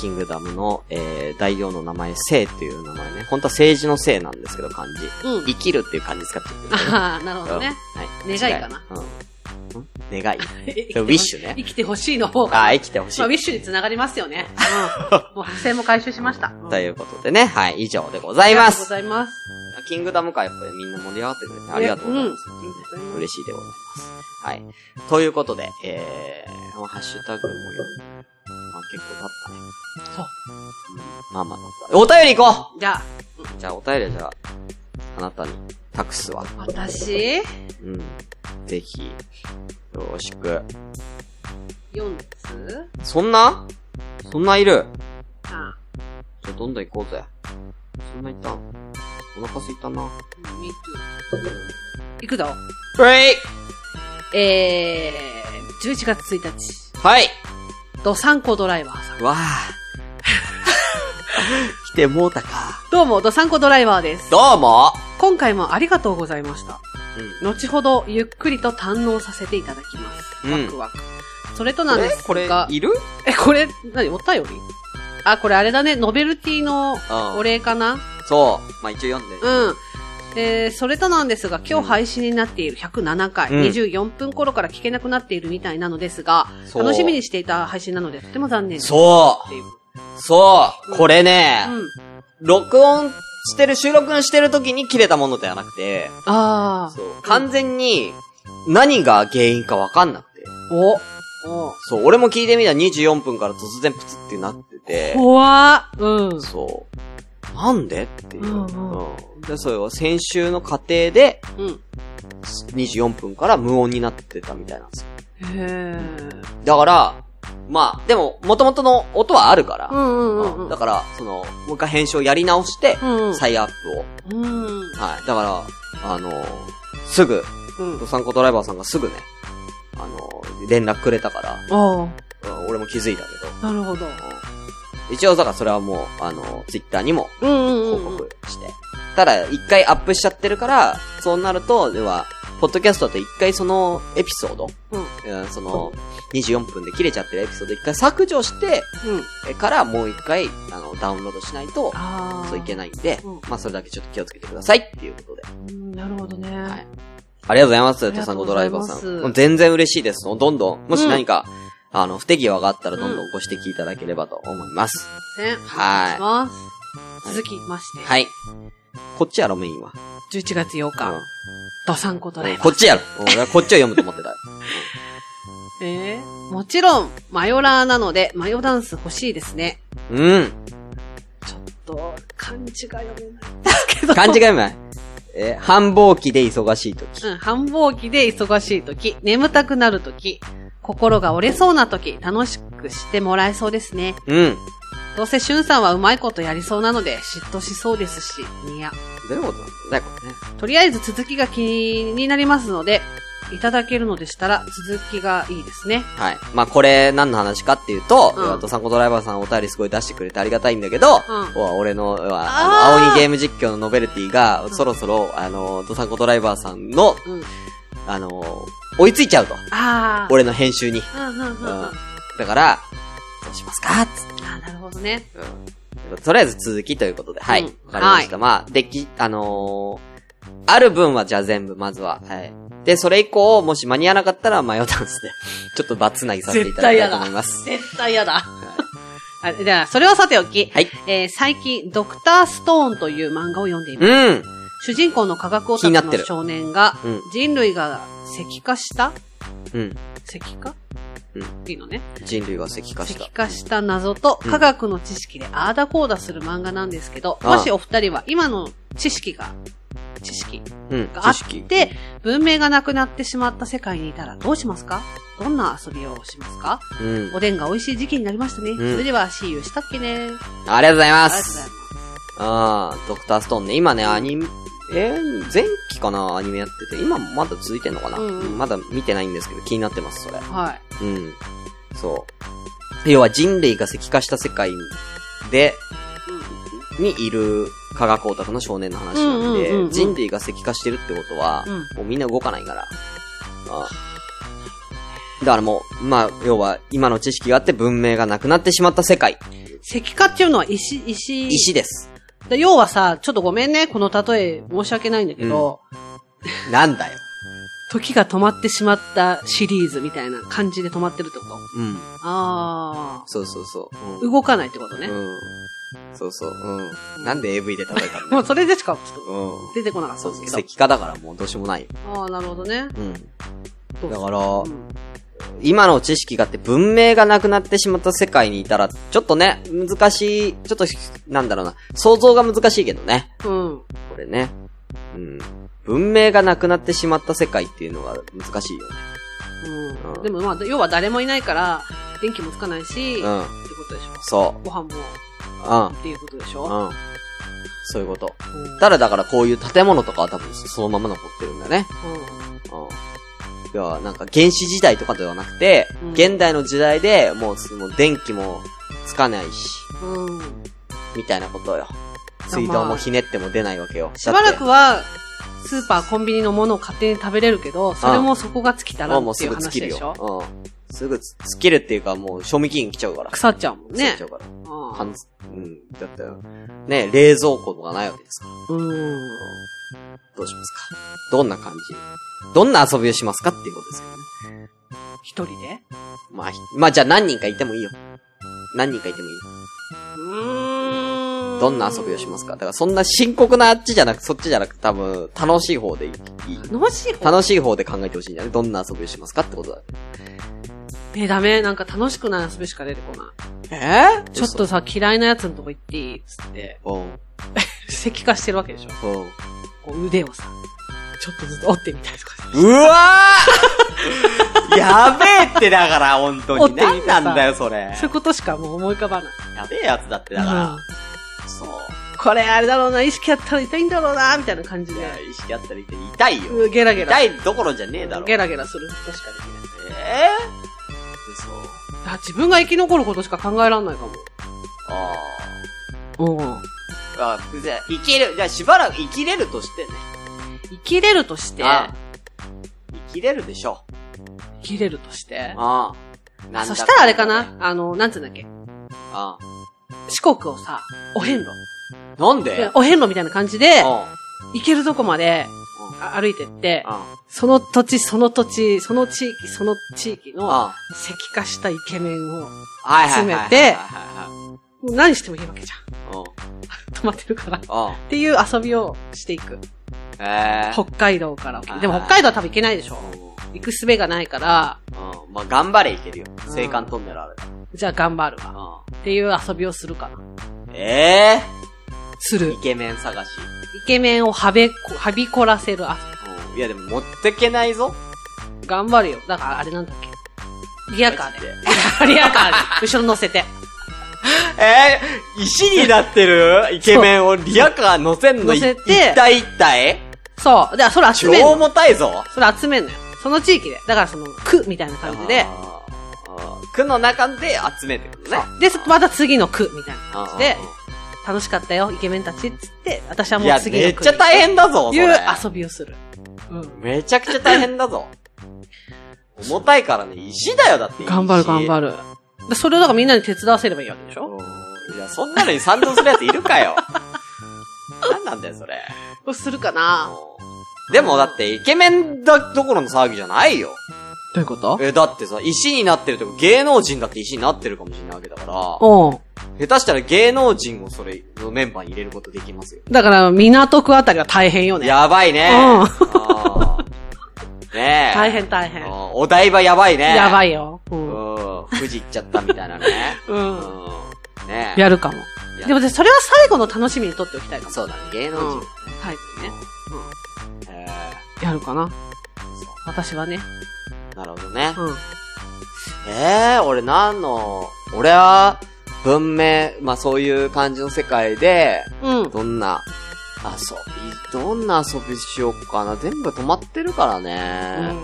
Speaker 1: キングダムの、えー、大王の名前、生という名前ね。本当は政治の生なんですけど、漢字。
Speaker 2: うん。
Speaker 1: 生きるっていう漢字使ってるんですけど。
Speaker 2: (laughs) ああ、なるほどね。
Speaker 1: う
Speaker 2: 願
Speaker 1: ん
Speaker 2: いかな。
Speaker 1: はい違うん。うん願い。
Speaker 2: ウ
Speaker 1: それウィッシュね
Speaker 2: 生きてほしいの方が。
Speaker 1: ああ、生きてほしい
Speaker 2: まあ、ウ。ィッシュにつながりますよね。
Speaker 1: (laughs)
Speaker 2: うん。もう、派生も回収しました。
Speaker 1: ということでね、はい、以上でご
Speaker 2: あ
Speaker 1: ざい
Speaker 2: り
Speaker 1: ま
Speaker 2: がとうご
Speaker 1: す。
Speaker 2: ざいます。
Speaker 1: キングダム界、やっぱりみんな盛り上がってくれてありがとうございま
Speaker 2: う
Speaker 1: す。
Speaker 2: ん
Speaker 1: 嬉しいでございます。はい。ということで、えー、もうハッシュタグも読む。まあ結構経ったね。
Speaker 2: そう。
Speaker 1: まあまあ経った。お便り行こ
Speaker 2: じゃあ、
Speaker 1: うじゃあお便りはじゃあ、あなたに託すわ。
Speaker 2: 私、
Speaker 1: うん。ぜひ、よろしく。
Speaker 2: 4つ
Speaker 1: そんなそんないる
Speaker 2: あ、
Speaker 1: じゃあどんどん行こうぜ。そんないったお腹すいたな。
Speaker 2: me too. いくぞ。
Speaker 1: うい
Speaker 2: えー、11月1日、
Speaker 1: はい
Speaker 2: ドサンコドライバーさん。
Speaker 1: わあ。 (laughs) 来てもうたか。
Speaker 2: どうも、ドサンコドライバーです。
Speaker 1: どうも
Speaker 2: 今回もありがとうございました。
Speaker 1: う
Speaker 2: 後ほど、ゆっくりと堪能させていただきます。
Speaker 1: うん
Speaker 2: ワクワク。それとなんですが、
Speaker 1: これ、これいる
Speaker 2: え、これ、何お便りあ、これあれだね、ノベルティの
Speaker 1: うん
Speaker 2: お礼かな
Speaker 1: そう。まあ、一応読んで。
Speaker 2: うん。えー、それとなんですが、今日配信になっている107回、
Speaker 1: うん
Speaker 2: 24分頃から聞けなくなっているみたいなのですが、
Speaker 1: そう
Speaker 2: 楽しみにしていた配信なので、とても残念です。
Speaker 1: そ
Speaker 2: っていう。
Speaker 1: うそう
Speaker 2: うん
Speaker 1: これね、
Speaker 2: うん。
Speaker 1: 録音してる、収録してる時に切れたものではなくて、
Speaker 2: ああ。
Speaker 1: そう完全に何が原因かわかんなくて。
Speaker 2: お。お。
Speaker 1: そう、俺も聞いてみたら24分から突然プツってなってて、
Speaker 2: 怖っ。うん。
Speaker 1: そう。なんでっていう。
Speaker 2: うんうん
Speaker 1: うんで、それは先週の過程で
Speaker 2: うん。
Speaker 1: 24分から無音になってたみたいなんです
Speaker 2: へ
Speaker 1: よ。
Speaker 2: え。
Speaker 1: だから、まあ、でも、元々の音はあるから、
Speaker 2: うんうんうんうん。
Speaker 1: だから、その、もう一回編集をやり直して、
Speaker 2: うんうん
Speaker 1: 再アップ
Speaker 2: う
Speaker 1: を。
Speaker 2: ん。うん。
Speaker 1: はい。だから、あのーすぐ、ドサンコドライバーさんがすぐね、あのー連絡くれたから、
Speaker 2: あ
Speaker 1: うん俺も気づいたけど、
Speaker 2: あ。なるほど。
Speaker 1: うん一応、だからそれはもう、あのツイッター Twitter にも
Speaker 2: うんうん
Speaker 1: 報
Speaker 2: うんうん。
Speaker 1: 告して。ただ、一回アップしちゃってるから、そうなると、では、ポッドキャストだと一回そのエピソード、うんその、24分で切れちゃってるエピソード一回削除して、
Speaker 2: うん。うん。
Speaker 1: えからもう一回、あの、ダウンロードしないと、
Speaker 2: ああ。
Speaker 1: そういけ
Speaker 2: な
Speaker 1: ないんで、
Speaker 2: うん
Speaker 1: まあそれだけちょっと気をつけてくださいっていうことで。
Speaker 2: い。なるほどね。
Speaker 1: はいありがとうございます、
Speaker 2: あり
Speaker 1: ト
Speaker 2: がと
Speaker 1: サン
Speaker 2: う
Speaker 1: ゴ
Speaker 2: ご
Speaker 1: ドラ
Speaker 2: ざ
Speaker 1: イ
Speaker 2: い
Speaker 1: バ
Speaker 2: ま
Speaker 1: ー
Speaker 2: す
Speaker 1: さん。全然嬉しいです。どんどん、もし何か、あの、不手際があったらどんどんご指摘いただければと思います。
Speaker 2: ね。
Speaker 1: は
Speaker 2: お願い
Speaker 1: い
Speaker 2: します。続きまして。
Speaker 1: はい。こっちやろ、メインは。
Speaker 2: 11月8
Speaker 1: うん
Speaker 2: 日、ドサンコドライバー。
Speaker 1: こっちやろ。うん俺はこっちを読むと思ってたよ。
Speaker 2: えーもちろん、マヨラーなので、マヨダンス欲しいですね。
Speaker 1: (laughs) うん。
Speaker 2: ちょっと、漢字が読めないんですけど。
Speaker 1: 漢字が読めない。えー繁忙期で忙しい時。
Speaker 2: うん、繁忙期で忙しい時、眠たくなる時、心が折れそうな時、楽しくしてもらえそうですね。
Speaker 1: うん。
Speaker 2: どうせしゅんさんはうまいことやりそうなので、嫉妬しそうですし、にや。
Speaker 1: どういうことなんだよ、これね。
Speaker 2: とりあえず続きが気になりますので、いただけるのでしたら、続きがいいですね。
Speaker 1: はい。まあ、これ、何の話かっていうと、
Speaker 2: うん
Speaker 1: あと、サンコドライバーさんお便りすごい出してくれてありがたいんだけど、
Speaker 2: う
Speaker 1: お俺の、うわ
Speaker 2: あ
Speaker 1: あ
Speaker 2: ー
Speaker 1: の、青鬼ゲーム実況のノベルティが、そろそろ、あの、ドサンコドライバーさんの、
Speaker 2: うん。
Speaker 1: あの、追いついちゃうと。
Speaker 2: ああ。
Speaker 1: 俺の編集に。
Speaker 2: うんうんうんう。
Speaker 1: うん
Speaker 2: あ
Speaker 1: ん。だから、どうしますかつって
Speaker 2: あ、なるほどね。
Speaker 1: うん。とりあえず続きということで。はい。
Speaker 2: う
Speaker 1: わ、
Speaker 2: ん
Speaker 1: かりました。まあ、でき、あのーある分はじゃあ全部、まずは。はい。で、それ以降、もし間に合わなかったら、マヨダンスで、 (laughs) ちょっとバツなぎさせていただきたいと思います。
Speaker 2: 絶対嫌だ。 (laughs) あじゃあ、それはさておき、
Speaker 1: はい。
Speaker 2: えー最近、ドクターストーンという漫画を読んでいます。
Speaker 1: うん。
Speaker 2: 主人公の科学オタ
Speaker 1: 気にな
Speaker 2: ク
Speaker 1: って
Speaker 2: の
Speaker 1: る
Speaker 2: 少年が
Speaker 1: うん、
Speaker 2: 人類が石化した
Speaker 1: うん。
Speaker 2: 石化
Speaker 1: うん
Speaker 2: いいのね。
Speaker 1: 人類が石化し
Speaker 2: 石
Speaker 1: た。
Speaker 2: 化した謎と
Speaker 1: うん
Speaker 2: 科学の知識であーだこーだする漫画なんですけど、
Speaker 1: ああ
Speaker 2: もしお二人は今の知識が、知識
Speaker 1: うん。
Speaker 2: があ
Speaker 1: 知
Speaker 2: っ
Speaker 1: 識。
Speaker 2: て、文明がなくなってしまった世界にいたらどうしますかどんな遊びをしますか
Speaker 1: うん。
Speaker 2: おでんが美味しい時期になりましたね。
Speaker 1: ん
Speaker 2: それでは、See you したっけね。
Speaker 1: ありがとうござい
Speaker 2: あ
Speaker 1: ま
Speaker 2: りがとうござい
Speaker 1: す。
Speaker 2: ます。
Speaker 1: ああ、ドクターストーンね、今ね、アニメ、えー前期かな、アニメやってて、今もまだ続いてんのかな、
Speaker 2: うんうん
Speaker 1: まだ見てないんですけど、気になってます、それ。
Speaker 2: はい。
Speaker 1: うん。そう。要は人類が石化した世界で、にいる科学オタクの少年の話なんで、
Speaker 2: うんうんうんうん
Speaker 1: 人類が石化してるってことは、
Speaker 2: うん
Speaker 1: もうみんな動かないから。あだからもう、まあ、要は、今の知識があって文明がなくなってしまった世界。
Speaker 2: 石化っていうのは石、石。
Speaker 1: 石です。
Speaker 2: で要はさ、ちょっとごめんね、この例え申し訳ないんだけど、
Speaker 1: なんだよ。
Speaker 2: 時が止まってしまったシリーズみたいな感じで止まってるってこと
Speaker 1: うん。
Speaker 2: あ
Speaker 1: そうそうそう。
Speaker 2: あ。
Speaker 1: うん。
Speaker 2: 動かないってことね。
Speaker 1: うん、そうそう。うん。なんで AV で叩いたんだ (laughs)
Speaker 2: も
Speaker 1: よ。
Speaker 2: うそれでしかちょっと
Speaker 1: うん。
Speaker 2: 出てこなかった
Speaker 1: そ
Speaker 2: ん
Speaker 1: う
Speaker 2: で
Speaker 1: そう。
Speaker 2: すけど。
Speaker 1: 石化だからもうどうしようもないよ。
Speaker 2: ああ、なるほどね。
Speaker 1: うん。
Speaker 2: どう
Speaker 1: だ
Speaker 2: ぞ
Speaker 1: から、
Speaker 2: うん
Speaker 1: 今の知識があって文明がなくなってしまった世界にいたら、ちょっとね、難しい、ちょっと、なんだろうな、想像が難しいけどね。
Speaker 2: うん。
Speaker 1: これね。うん。文明がなくなってしまった世界っていうのが難しいよね。
Speaker 2: う
Speaker 1: うん
Speaker 2: ん。でもまあ、要は誰もいないから、電気もつかないし、
Speaker 1: う
Speaker 2: って
Speaker 1: ん。
Speaker 2: ことでしょ。
Speaker 1: そ
Speaker 2: ご飯も、
Speaker 1: う。
Speaker 2: っていうことでし
Speaker 1: う
Speaker 2: ょ。
Speaker 1: ん。うん。そういうこと。
Speaker 2: うん
Speaker 1: ただだからこういう建物とかは多分そのまま残ってるんだね。うん。では、なんか原始時代とかではなくて、
Speaker 2: うん
Speaker 1: 現代の時代でもうその電気もつかないし、
Speaker 2: うん。うん。
Speaker 1: みたいなことよ。水道もひねっても出ないわけよ。
Speaker 2: しばらく
Speaker 1: だっ
Speaker 2: は、スーパー、コンビニのものを勝手に食べれるけど、それもそこが尽きた
Speaker 1: て
Speaker 2: ら
Speaker 1: もう
Speaker 2: っ
Speaker 1: もう
Speaker 2: てい
Speaker 1: す
Speaker 2: う
Speaker 1: ぐ尽
Speaker 2: 話
Speaker 1: きる
Speaker 2: でしょ。
Speaker 1: よ。うん。すぐ尽きるっていうかもう賞味期限来ちゃうから。
Speaker 2: 腐っちゃうもん
Speaker 1: 腐
Speaker 2: ね
Speaker 1: っちゃ。うから。
Speaker 2: う
Speaker 1: 完
Speaker 2: ん
Speaker 1: うん。だって、ね、冷蔵庫がないわけですから。
Speaker 2: うん。
Speaker 1: どうしますかどんな感じどんな遊びをしますかっていうことですけどね。
Speaker 2: 一人で
Speaker 1: まあ、ひまあじゃあ何人かいてもいいよ。何人かいてもいい。
Speaker 2: うん
Speaker 1: どんな遊びをしますかだからそんな深刻なあっちじゃなく、そっちじゃなく多分、楽しい方でいい。
Speaker 2: 楽しい方
Speaker 1: 楽しい方で考えてほしいんじゃないどんな遊びをしますかってことだ。
Speaker 2: え、ダメ。なんか楽しくない遊びしか出てこない。
Speaker 1: え
Speaker 2: ちょっと、さ、嫌いなやつのとこ行っていいっつって、
Speaker 1: うん、うん。
Speaker 2: 石化してるわけでしょ。こう腕をさ、ちょっとずつ折ってみたりとか。
Speaker 1: うわー (laughs) やべえってだから、本当に。
Speaker 2: 折ってみてさ
Speaker 1: 何なんだよ、それ。
Speaker 2: そういうことしかもう思い浮かばない。
Speaker 1: やべえやつだってだから。そう。
Speaker 2: これあれだろうな、意識やったら痛いんだろうな、みたいな感じ
Speaker 1: い
Speaker 2: で。
Speaker 1: や、意識あったら痛いよ。
Speaker 2: うんゲラゲラ
Speaker 1: 痛。いどころじゃねえだろ。
Speaker 2: ゲラゲラすることしかできない。
Speaker 1: えー、嘘。
Speaker 2: だから自分が生き残ることしか考えられないか
Speaker 1: あ
Speaker 2: も。うん。
Speaker 1: ーあ。じゃあ、生きる、じゃあしばらく生きれるとしてね。
Speaker 2: 生きれるとして、
Speaker 1: あ
Speaker 2: 生
Speaker 1: 生きれるでしょ。
Speaker 2: きれるとして、
Speaker 1: ああ。なんだ
Speaker 2: そしたらあれかなあの、なんつうんだっけ
Speaker 1: あ
Speaker 2: 四国をさ、お遍路。
Speaker 1: あ。なんで
Speaker 2: お遍路みたいな感じで
Speaker 1: うん、
Speaker 2: 行けるとこまで
Speaker 1: う
Speaker 2: あ歩いてって、
Speaker 1: あ
Speaker 2: その土地、その土地、その地域、その地域の
Speaker 1: あ。
Speaker 2: 石化したイケメンを、
Speaker 1: はいはいはいはい。
Speaker 2: 詰めて
Speaker 1: はいはいは
Speaker 2: もう何してもいいわけじゃん。
Speaker 1: い。うん。
Speaker 2: 止まってるから。っ
Speaker 1: うん。
Speaker 2: ていう遊びをしていく。
Speaker 1: ええ
Speaker 2: 北海道から沖縄。でも
Speaker 1: はい
Speaker 2: 北海道は多分行けないでしょ。
Speaker 1: う
Speaker 2: 行く術がないから、
Speaker 1: ん。うん。まあ、頑張れいけるよ。
Speaker 2: ん
Speaker 1: 青函トンネルあるか
Speaker 2: じゃあ頑張るわ。
Speaker 1: ら。
Speaker 2: っていう遊びをするかな。
Speaker 1: うん。ええ
Speaker 2: する
Speaker 1: イ。ケメン探し。
Speaker 2: イケメンをはべこ、はびこらせる遊
Speaker 1: うん。いやでも持ってけないぞ。
Speaker 2: び。頑張るよ。だからあれなんだっけ。リアカーで。(laughs)
Speaker 1: マ
Speaker 2: リアカーで。 (laughs) 後ろ乗せて。
Speaker 1: ええ石になってるイケメンをリアカー乗せんの
Speaker 2: 乗せて
Speaker 1: 一体一体
Speaker 2: そう。で、それ集め
Speaker 1: 超
Speaker 2: るの。
Speaker 1: 重たいぞ。
Speaker 2: それ集めるのよ。その地域で。だからその、区みたいな感じで。
Speaker 1: あー。あー区の中で集めてくるね。
Speaker 2: で、また次の区みたいな感じで
Speaker 1: うん、
Speaker 2: 楽しかったよ、イケメンたちっつって、私はいもう
Speaker 1: や、
Speaker 2: 次
Speaker 1: め
Speaker 2: の
Speaker 1: っ
Speaker 2: 区
Speaker 1: ちゃ大変だぞ、そ
Speaker 2: い
Speaker 1: れ
Speaker 2: う遊びをする。うん。
Speaker 1: めちゃくちゃ大変だぞ。重たいからね、石だよ、だって。
Speaker 2: 頑張る頑張
Speaker 1: る。
Speaker 2: る。でそれをだからみんなに手伝わせればいいわけでしょ
Speaker 1: いや、そんなのに賛同するやついるかよ。 (laughs) なんなんだよ、それ。
Speaker 2: こうするかな
Speaker 1: でもだって、イケメンだ、どころの騒ぎじゃないよ。
Speaker 2: どういうこと
Speaker 1: え、だってさ、石になってるとか、芸能人だって石になってるかもしれないわけだから、
Speaker 2: うん。
Speaker 1: 下手したら芸能人をそれ、のメンバーに入れることできますよ。
Speaker 2: だから、港区あたりは大変よね。
Speaker 1: やばいね。
Speaker 2: うん
Speaker 1: あーねえ。
Speaker 2: 大。変大変。
Speaker 1: お台場やばいね。
Speaker 2: やば
Speaker 1: い。
Speaker 2: いよ。うん。
Speaker 1: うん。富士行っちゃったみたいなね。
Speaker 2: うん。
Speaker 1: うん。ねえ。
Speaker 2: やるかも。
Speaker 1: や
Speaker 2: でも、それは最後の楽しみにとっておきたいかも。
Speaker 1: そうだね、芸能
Speaker 2: うん
Speaker 1: 人。。
Speaker 2: はい。ね。
Speaker 1: え
Speaker 2: やるかな
Speaker 1: そ。
Speaker 2: 私はね。
Speaker 1: ー、なるほどね。
Speaker 2: うん。
Speaker 1: えー、俺なんの、俺は、文明、まあそういう感じの世界で、
Speaker 2: うん。
Speaker 1: どんな遊び、どんな遊びしようかな。全部止まってるから
Speaker 2: う
Speaker 1: ね。
Speaker 2: ん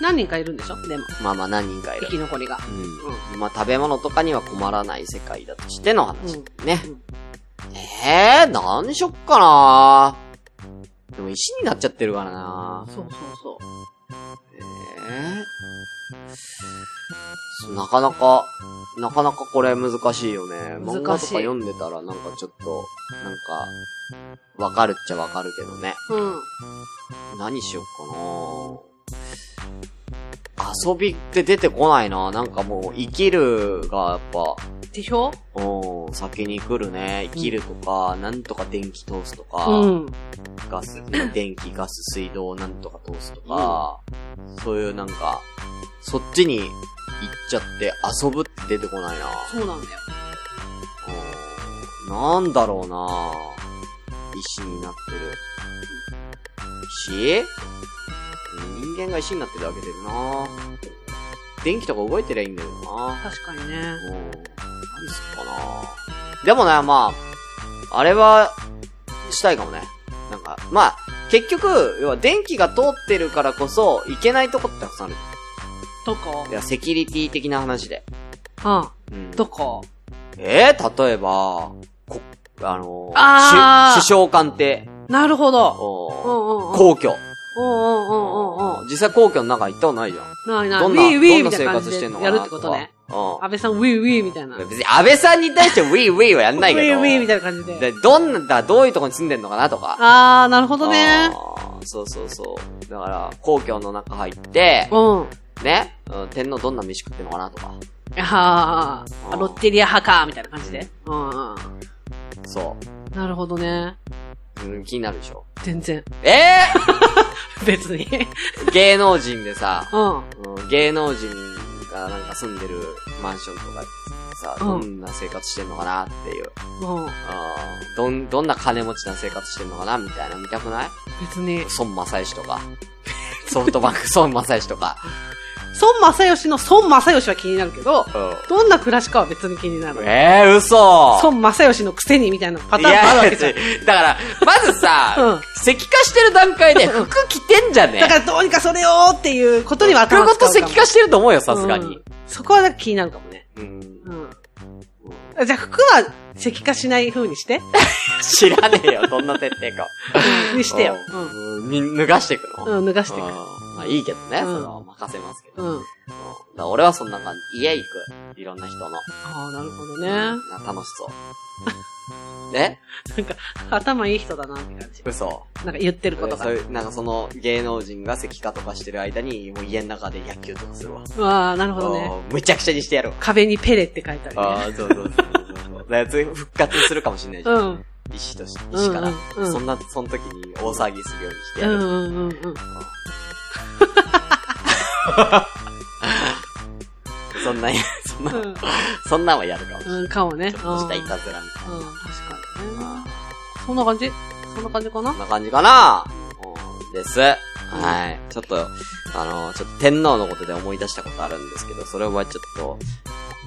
Speaker 2: 何人かいるんでしょでも、
Speaker 1: まあまあ何人かい
Speaker 2: 生
Speaker 1: る。
Speaker 2: き残りが。
Speaker 1: うん。まあ食べ物とかには困らない世界だとしての話だね
Speaker 2: うん。
Speaker 1: えー、何しよっかなでも石になっちゃってるからな
Speaker 2: そうそうそ
Speaker 1: えーなかなか、なかなかこれ難しいよね。
Speaker 2: 難しい
Speaker 1: 漫画とか読んでたらなんかちょっと、なんか、わかるっちゃわかるけどね。
Speaker 2: うん。
Speaker 1: 何しよっかな遊びって出てこないな。なんかもう、生きるがやっ
Speaker 2: でしょ
Speaker 1: ぱ、うん、先に来るね。生きるとか、なんとか電気通すとか、
Speaker 2: うん。
Speaker 1: ガス、電気、ガス、水道をなんとか通すとか、そういうなんか、そっちに行っちゃって遊ぶって出てこないな。
Speaker 2: そうなんだよ。
Speaker 1: うんなんだろうな石になってる。石人間が石になってるだけでな電気とか動いてりゃいいんだよな
Speaker 2: 確かにね。
Speaker 1: うん。何すっかなでもね、まあ、あれは、したいかもね。なんか、まあ、結局、要は電気が通ってるからこそ、いけないとこってたくさんある。
Speaker 2: どこ
Speaker 1: いや、セキュリティ的な話で。
Speaker 2: う
Speaker 1: うん
Speaker 2: ん。どこ
Speaker 1: えー、例えば、こ、あのー
Speaker 2: あー
Speaker 1: し首相官邸、
Speaker 2: なるほど。うん
Speaker 1: お
Speaker 2: う
Speaker 1: ー
Speaker 2: んうん。
Speaker 1: 皇居。
Speaker 2: うんうんうんうんうん。
Speaker 1: 実際皇居の中行ったことないじゃん。
Speaker 2: ないない。
Speaker 1: ど
Speaker 2: ウ
Speaker 1: んな、
Speaker 2: ィーウィーみ
Speaker 1: ど
Speaker 2: た
Speaker 1: んない生
Speaker 2: な感
Speaker 1: 活し
Speaker 2: じ
Speaker 1: て
Speaker 2: で
Speaker 1: んのかな
Speaker 2: やるってことね。
Speaker 1: とか
Speaker 2: 安倍さんウィーウィーみたいな。ウ
Speaker 1: う
Speaker 2: ィ
Speaker 1: ん。別に安倍さんに対してウィーウィーはやんないけど。
Speaker 2: ーウィーみたいな感じで。
Speaker 1: で、どんな、だからどういうとこに住んでんのかなとか。
Speaker 2: あー、なるほどね。
Speaker 1: あー。そうそうそう。だから、皇居の中入って、
Speaker 2: うん。
Speaker 1: ね、うん、天皇どんな飯食ってんのかなとか。
Speaker 2: あ
Speaker 1: う
Speaker 2: ー、
Speaker 1: ん
Speaker 2: ロッテリア派か、みたいな感じで。うんうん。
Speaker 1: そ
Speaker 2: なるほどね。
Speaker 1: う。うん、気になるでしょ。
Speaker 2: 全然。 (laughs)
Speaker 1: え
Speaker 2: 別に。
Speaker 1: ー、 (laughs) 芸能人でさ、
Speaker 2: うん。
Speaker 1: うん芸能人がなんか住んでるマンションとかさ、
Speaker 2: う
Speaker 1: ど
Speaker 2: ん
Speaker 1: んな生活してんのかなっていう。
Speaker 2: うん。
Speaker 1: あーどん、どんな金持ちな生活してんのかなみたいな見たくない
Speaker 2: 別に。
Speaker 1: 孫正義と
Speaker 2: (laughs)
Speaker 1: か。ソフトバンク孫正義とか。
Speaker 2: 孫正義の孫正義は気になるけど、
Speaker 1: う
Speaker 2: どんな暮らしかは別に気になる
Speaker 1: ん。。えー、嘘
Speaker 2: 孫正義のくせにみたいなパ
Speaker 1: い
Speaker 2: ターンもあるわ
Speaker 1: や、
Speaker 2: けじゃん。
Speaker 1: だから、まずさ、
Speaker 2: (laughs) うん。
Speaker 1: 石化してる段階で服着てんじゃねえ
Speaker 2: だからどうにかそれをっていうことには
Speaker 1: 服
Speaker 2: 頭
Speaker 1: ご
Speaker 2: 使
Speaker 1: と
Speaker 2: う
Speaker 1: 石
Speaker 2: かも
Speaker 1: 化してると思うよ、さすが
Speaker 2: う
Speaker 1: に
Speaker 2: ん。そこはなんか気になるかもね。
Speaker 1: うん
Speaker 2: うん。じゃあ服は石化しない風にして。
Speaker 1: 知らねえよ、どんな徹底か。
Speaker 2: にしてよ。
Speaker 1: うん。み脱がしていく
Speaker 2: う
Speaker 1: の
Speaker 2: ん。うん、脱がしていく。
Speaker 1: うんまあいいけどね、
Speaker 2: うん
Speaker 1: それは任せますけど。
Speaker 2: う
Speaker 1: う
Speaker 2: ん。
Speaker 1: んだから俺はそんな感じ。家行く。いろんな人の。
Speaker 2: ああ、なるほどね。
Speaker 1: な楽しそ
Speaker 2: (laughs)
Speaker 1: う。え
Speaker 2: 頭いい人だなって感じ。
Speaker 1: 嘘。
Speaker 2: なんか言ってることが
Speaker 1: そう。いうなんかその芸能人が石化とかしてる間に、もう家の中で野球とかするわ。
Speaker 2: ああ、なるほどね。
Speaker 1: うんむちゃくちゃにしてやるわ。
Speaker 2: 壁にペレって書いてあるね。
Speaker 1: ああ、そうそうそうそう (laughs) そう。だからつい復活するかもしれないじゃ。
Speaker 2: うんん。
Speaker 1: 石とし、石から。
Speaker 2: うんうん
Speaker 1: そんな、その時に大騒ぎするようにして
Speaker 2: う
Speaker 1: やる。
Speaker 2: んうんうんうん。
Speaker 1: そんな、 (laughs) そんな、
Speaker 2: うん
Speaker 1: そんなんはやるかもしれない。
Speaker 2: うん、かも
Speaker 1: (laughs)
Speaker 2: ね。
Speaker 1: ちょっとしたい
Speaker 2: うん
Speaker 1: たずらみたい
Speaker 2: うん、確かにね。
Speaker 1: な。
Speaker 2: そんな感じそんな感じかな
Speaker 1: こんな感じかなうんです。はい。ちょっと、あの、ちょっと天皇のことで思い出したことあるんですけど、それはちょっと、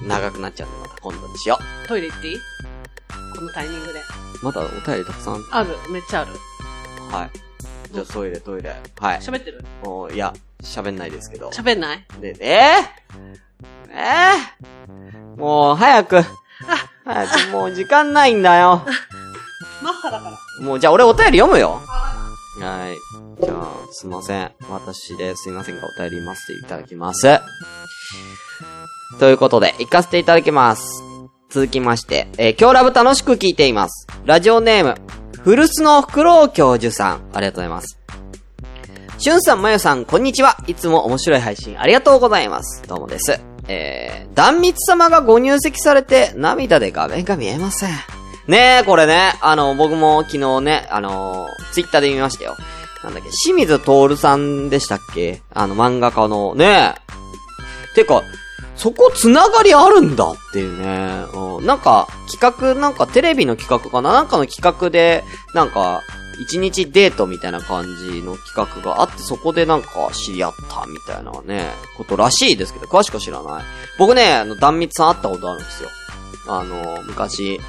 Speaker 1: 長くなっちゃうんで、また今度にしよ
Speaker 2: トイレ行っていいこのタイミングで。
Speaker 1: う。まだお便りたくさん。は
Speaker 2: ある、めっちゃある。
Speaker 1: い。じゃあトイレ、トイレ。はい。
Speaker 2: 喋ってる
Speaker 1: おいや、喋んないですけど。
Speaker 2: 喋んない
Speaker 1: で、えー、えー、もう、早く。早く、もう時間ないんだよ。
Speaker 2: マッハだから。
Speaker 1: もう、じゃあ俺お便り読むよ。はい。じゃあ、すいません。私ですいませんが、お便り読ませていただきます。ということで、行かせていただきます。続きまして、えー、今日ラブ楽しく聞いています。ラジオネーム、古巣のフクロウ教授さん、ありがとうございます。しゅんさん、まゆさん、こんにちは。いつも面白い配信ありがとうございます。どうもです。えー、断蜜様がご入籍されて、涙で画面が見えません。ねえ、これね、あの、僕も昨日ね、あの、ツイッターで見ましたよ。なんだっけ、清水徹さんでしたっけあの、漫画家の、ねえ。てか、そこつながりあるんだっていうね。うん、なんか、企画、なんかテレビの企画かななんかの企画で、なんか、一日デートみたいな感じの企画があって、そこでなんか知り合ったみたいなね、ことらしいですけど、詳しくは知らない。僕ね、あの、断蜜さん会ったことあるんですよ。あの、昔、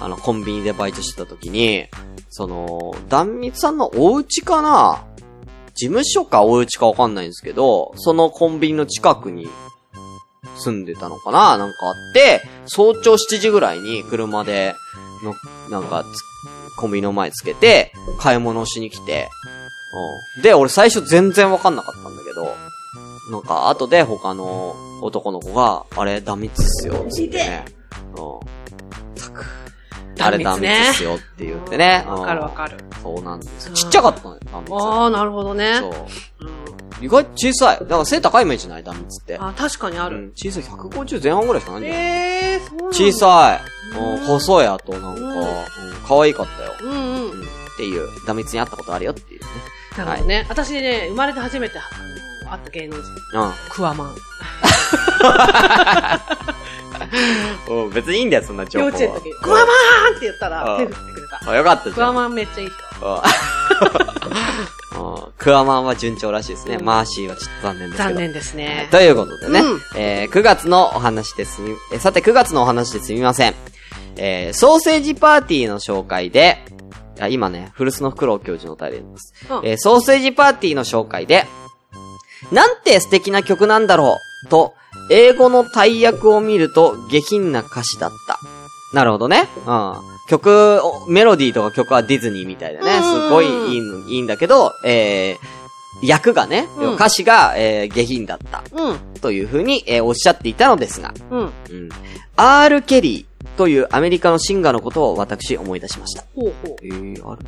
Speaker 1: あの、コンビニでバイトしてた時に、その、断蜜さんのお家かな事務所かお家かわかんないんですけど、そのコンビニの近くに住んでたのかななんかあって、早朝7時ぐらいに車で、の、なんかつ、コンビニの前つけて、買い物をしに来て、うん。で、俺最初全然わかんなかったんだけど、か、後で他の男の子が、あれ、ダミツっすよ、つってね。うん。たく。あれ、ダ
Speaker 2: 断
Speaker 1: ミ
Speaker 2: 蜜
Speaker 1: ツ
Speaker 2: ね
Speaker 1: っすよって言ってね。
Speaker 2: わかるわ
Speaker 1: か
Speaker 2: かる。
Speaker 1: る。そうなんです。
Speaker 2: うん
Speaker 1: ちっちゃかったのよ、ダミ
Speaker 2: ああ、なるほどね
Speaker 1: ツ。。そう。
Speaker 2: うん
Speaker 1: 意外と小さい。なんか背高いイメージないダミツって。
Speaker 2: あ、確かにあ
Speaker 1: う
Speaker 2: る。
Speaker 1: ん小さい、150前半ぐらいしかないんじゃない
Speaker 2: ええー、そうなんだ
Speaker 1: 小さい。
Speaker 2: うん
Speaker 1: うん、細い、あと、なんか、
Speaker 2: うん
Speaker 1: うん可愛かったよ。
Speaker 2: うんう
Speaker 1: うん
Speaker 2: ん。
Speaker 1: っていう、ダミツに会ったことあるよっていうね。
Speaker 2: なるほどね。私ね、生まれて初めて会った芸能人。クワマン。
Speaker 1: うん。別にいいんだよ、そんな情
Speaker 2: 幼
Speaker 1: 報は。
Speaker 2: 稚園の時、クワマンって言ったら
Speaker 1: あ
Speaker 2: 手振ってくれた。
Speaker 1: あ、よかったじ
Speaker 2: ク
Speaker 1: ゃ
Speaker 2: ワ
Speaker 1: ん。
Speaker 2: マンめっちゃいい人。
Speaker 1: うん (laughs) うんクワマンは順調らしいですね。
Speaker 2: うん
Speaker 1: マーシーはちょっと残念ですけ
Speaker 2: 残
Speaker 1: ど。
Speaker 2: 念ですね。
Speaker 1: ということでね、
Speaker 2: うん
Speaker 1: えー、9月のお話ですみ、えさて9月のお話ですみません。えー、ソーセージパーティーの紹介で、あ今ね、古巣のフクロウ教授のお便りです、
Speaker 2: うん
Speaker 1: えーソーセージパーティーの紹介で、なんて素敵な曲なんだろうと、英語の大役を見ると下品な歌詞だった。なるほどね。うん。曲を、メロディーとか曲はディズニーみたいでね、
Speaker 2: うん
Speaker 1: すごいいいのいいんだけど、えー、役がね、
Speaker 2: うん
Speaker 1: 歌詞が、えー下品だった。
Speaker 2: うん。
Speaker 1: というふうに、えーおっしゃっていたのですが、
Speaker 2: うん。
Speaker 1: うん。R. ケリーというアメリカのシンガーのことを私思い出しました。
Speaker 2: ほうほ
Speaker 1: えー、R. ケ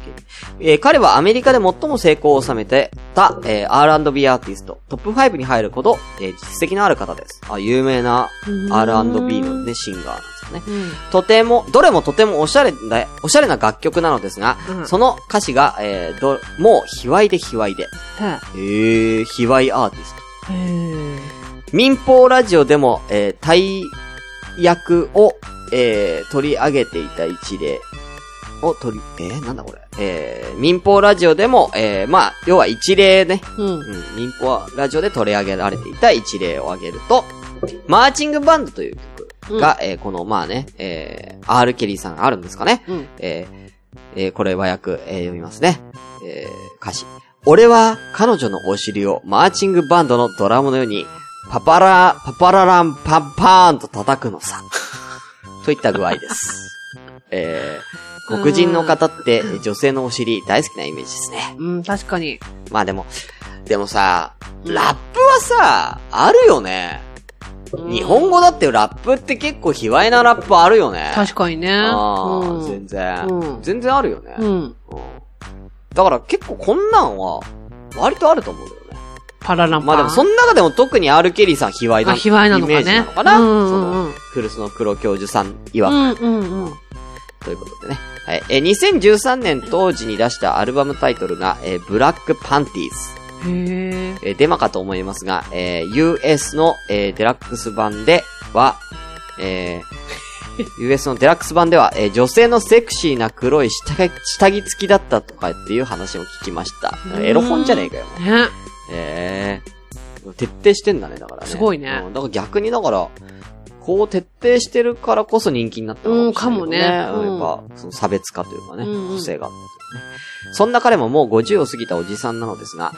Speaker 1: リー。えー彼はアメリカで最も成功を収めてた、えー R&B アーティスト、トップ5に入るほど、えー実績のある方です。あ、有名な
Speaker 2: う。
Speaker 1: R&B の
Speaker 2: ね。
Speaker 1: ね、シンガーなんですよね。
Speaker 2: うん。
Speaker 1: とても、どれもとてもおしゃれな、おしゃれな楽曲なのですが、
Speaker 2: うん
Speaker 1: その歌詞が、えーど、もう、卑猥で卑猥で。えー、卑猥アーティスト。
Speaker 2: へえ。
Speaker 1: 民放ラジオでも、えー、大役を、えー、取り上げていた一例を取り、えー、なんだこれ。えー、民放ラジオでも、えー、まあ、要は一例ね。
Speaker 2: うん。
Speaker 1: うん、民放ラジオで取り上げられていた一例を挙げると、マーチングバンドという曲が、えー、この、まあね、えー、R. ケリーさんあるんですかね。
Speaker 2: うん。
Speaker 1: えーえーこれ和訳、えー読みますね。えー歌詞。俺は彼女のお尻をマーチングバンドのドラムのように、パパラ、パパラランパンパーンと叩くのさ。といった具合です。えー黒人の方って女性のお尻大好きなイメージですね。
Speaker 2: うん、確かに。
Speaker 1: まあでも、でもさ、ラップはさ、あるよね。
Speaker 2: うん
Speaker 1: 日本語だってラップって結構卑猥なラップあるよね。
Speaker 2: 確かにね。
Speaker 1: あー
Speaker 2: うん
Speaker 1: 全然、
Speaker 2: うん
Speaker 1: 全然あるよね。
Speaker 2: うん。
Speaker 1: だから結構こんなんは、割とあると思うんだよね。
Speaker 2: パラランパン。
Speaker 1: まあでもそ
Speaker 2: ん
Speaker 1: の中でも特に R. ケリーさん卑猥な
Speaker 2: あ、卑猥なのかね。
Speaker 1: イメージなのかな、
Speaker 2: うん
Speaker 1: そ
Speaker 2: うんう
Speaker 1: の
Speaker 2: ん。
Speaker 1: 古巣の黒教授さん曰く、
Speaker 2: うんうんうん。
Speaker 1: ということでね。はい。えー、2013年当時に出したアルバムタイトルが、えーブラックパンティーズ。
Speaker 2: へえ。
Speaker 1: えーデマかと思いますが、えー US の、えーデラックス版では、えー US のデラックス版では、えー女性のセクシーな黒い下着下着付きだったとかっていう話も聞きました。
Speaker 2: うん
Speaker 1: エロ本じゃねえかよ。もう
Speaker 2: ね。
Speaker 1: えー徹底してんだね、だからね。
Speaker 2: すごいね
Speaker 1: うんだから逆にだから、こう徹底してるからこそ人気になったのかもしれないけど、
Speaker 2: うんかもねうん
Speaker 1: やっぱ、その差別化というかね、
Speaker 2: うんうん
Speaker 1: 個性があったというね。そんな彼ももう50を過ぎたおじさんなのですが、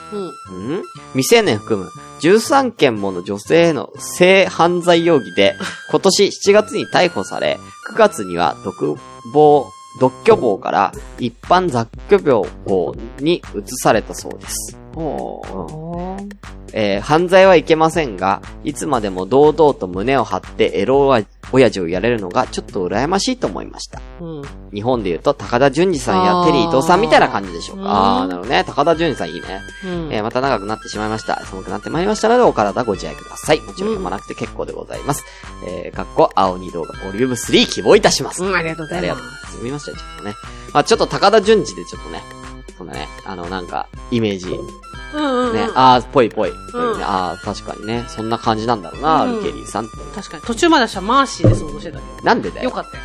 Speaker 2: うん。
Speaker 1: ん未成年含む13件もの女性への性犯罪容疑
Speaker 2: (laughs)
Speaker 1: で、今年7月に逮捕され、9月には独房、独居房から一般雑居房に移されたそうです。
Speaker 2: おー
Speaker 1: えー犯罪はいけませんが、いつまでも堂々と胸を張ってエロ親父をやれるのがちょっと羨ましいと思いました。
Speaker 2: うん。
Speaker 1: 日本で言うと高田純次さんやテリー伊藤さんみたいな感じでしょうか。あ
Speaker 2: あー
Speaker 1: あー、なるほどね。高田純次さんいいね。
Speaker 2: うん。
Speaker 1: えーまた長くなってしまいました。寒くなってまいりましたので、お体ご自愛ください。もちろん読まなくて結構でございます。えー、かっこ、青に動画、ボリューム3、希望いたします。
Speaker 2: うん、ありがとうござ
Speaker 1: あり
Speaker 2: い
Speaker 1: が
Speaker 2: ま
Speaker 1: とう
Speaker 2: す
Speaker 1: ご。ざいます。読みましたよ、ちょっとね。まあちょっと高田純次でちょっとね、そんなね、あの、なんか、イメージ、ね、
Speaker 2: うんうんうん。
Speaker 1: あー、ぽいぽい。という
Speaker 2: う
Speaker 1: ね
Speaker 2: ん
Speaker 1: あー、確かにね、そんな感じなんだろうな、
Speaker 2: うん
Speaker 1: ルケリーさんって。
Speaker 2: 確かに。途中までしたマーシーで想像してたけ
Speaker 1: なんでだ
Speaker 2: ど。よ
Speaker 1: よ。
Speaker 2: かったよ。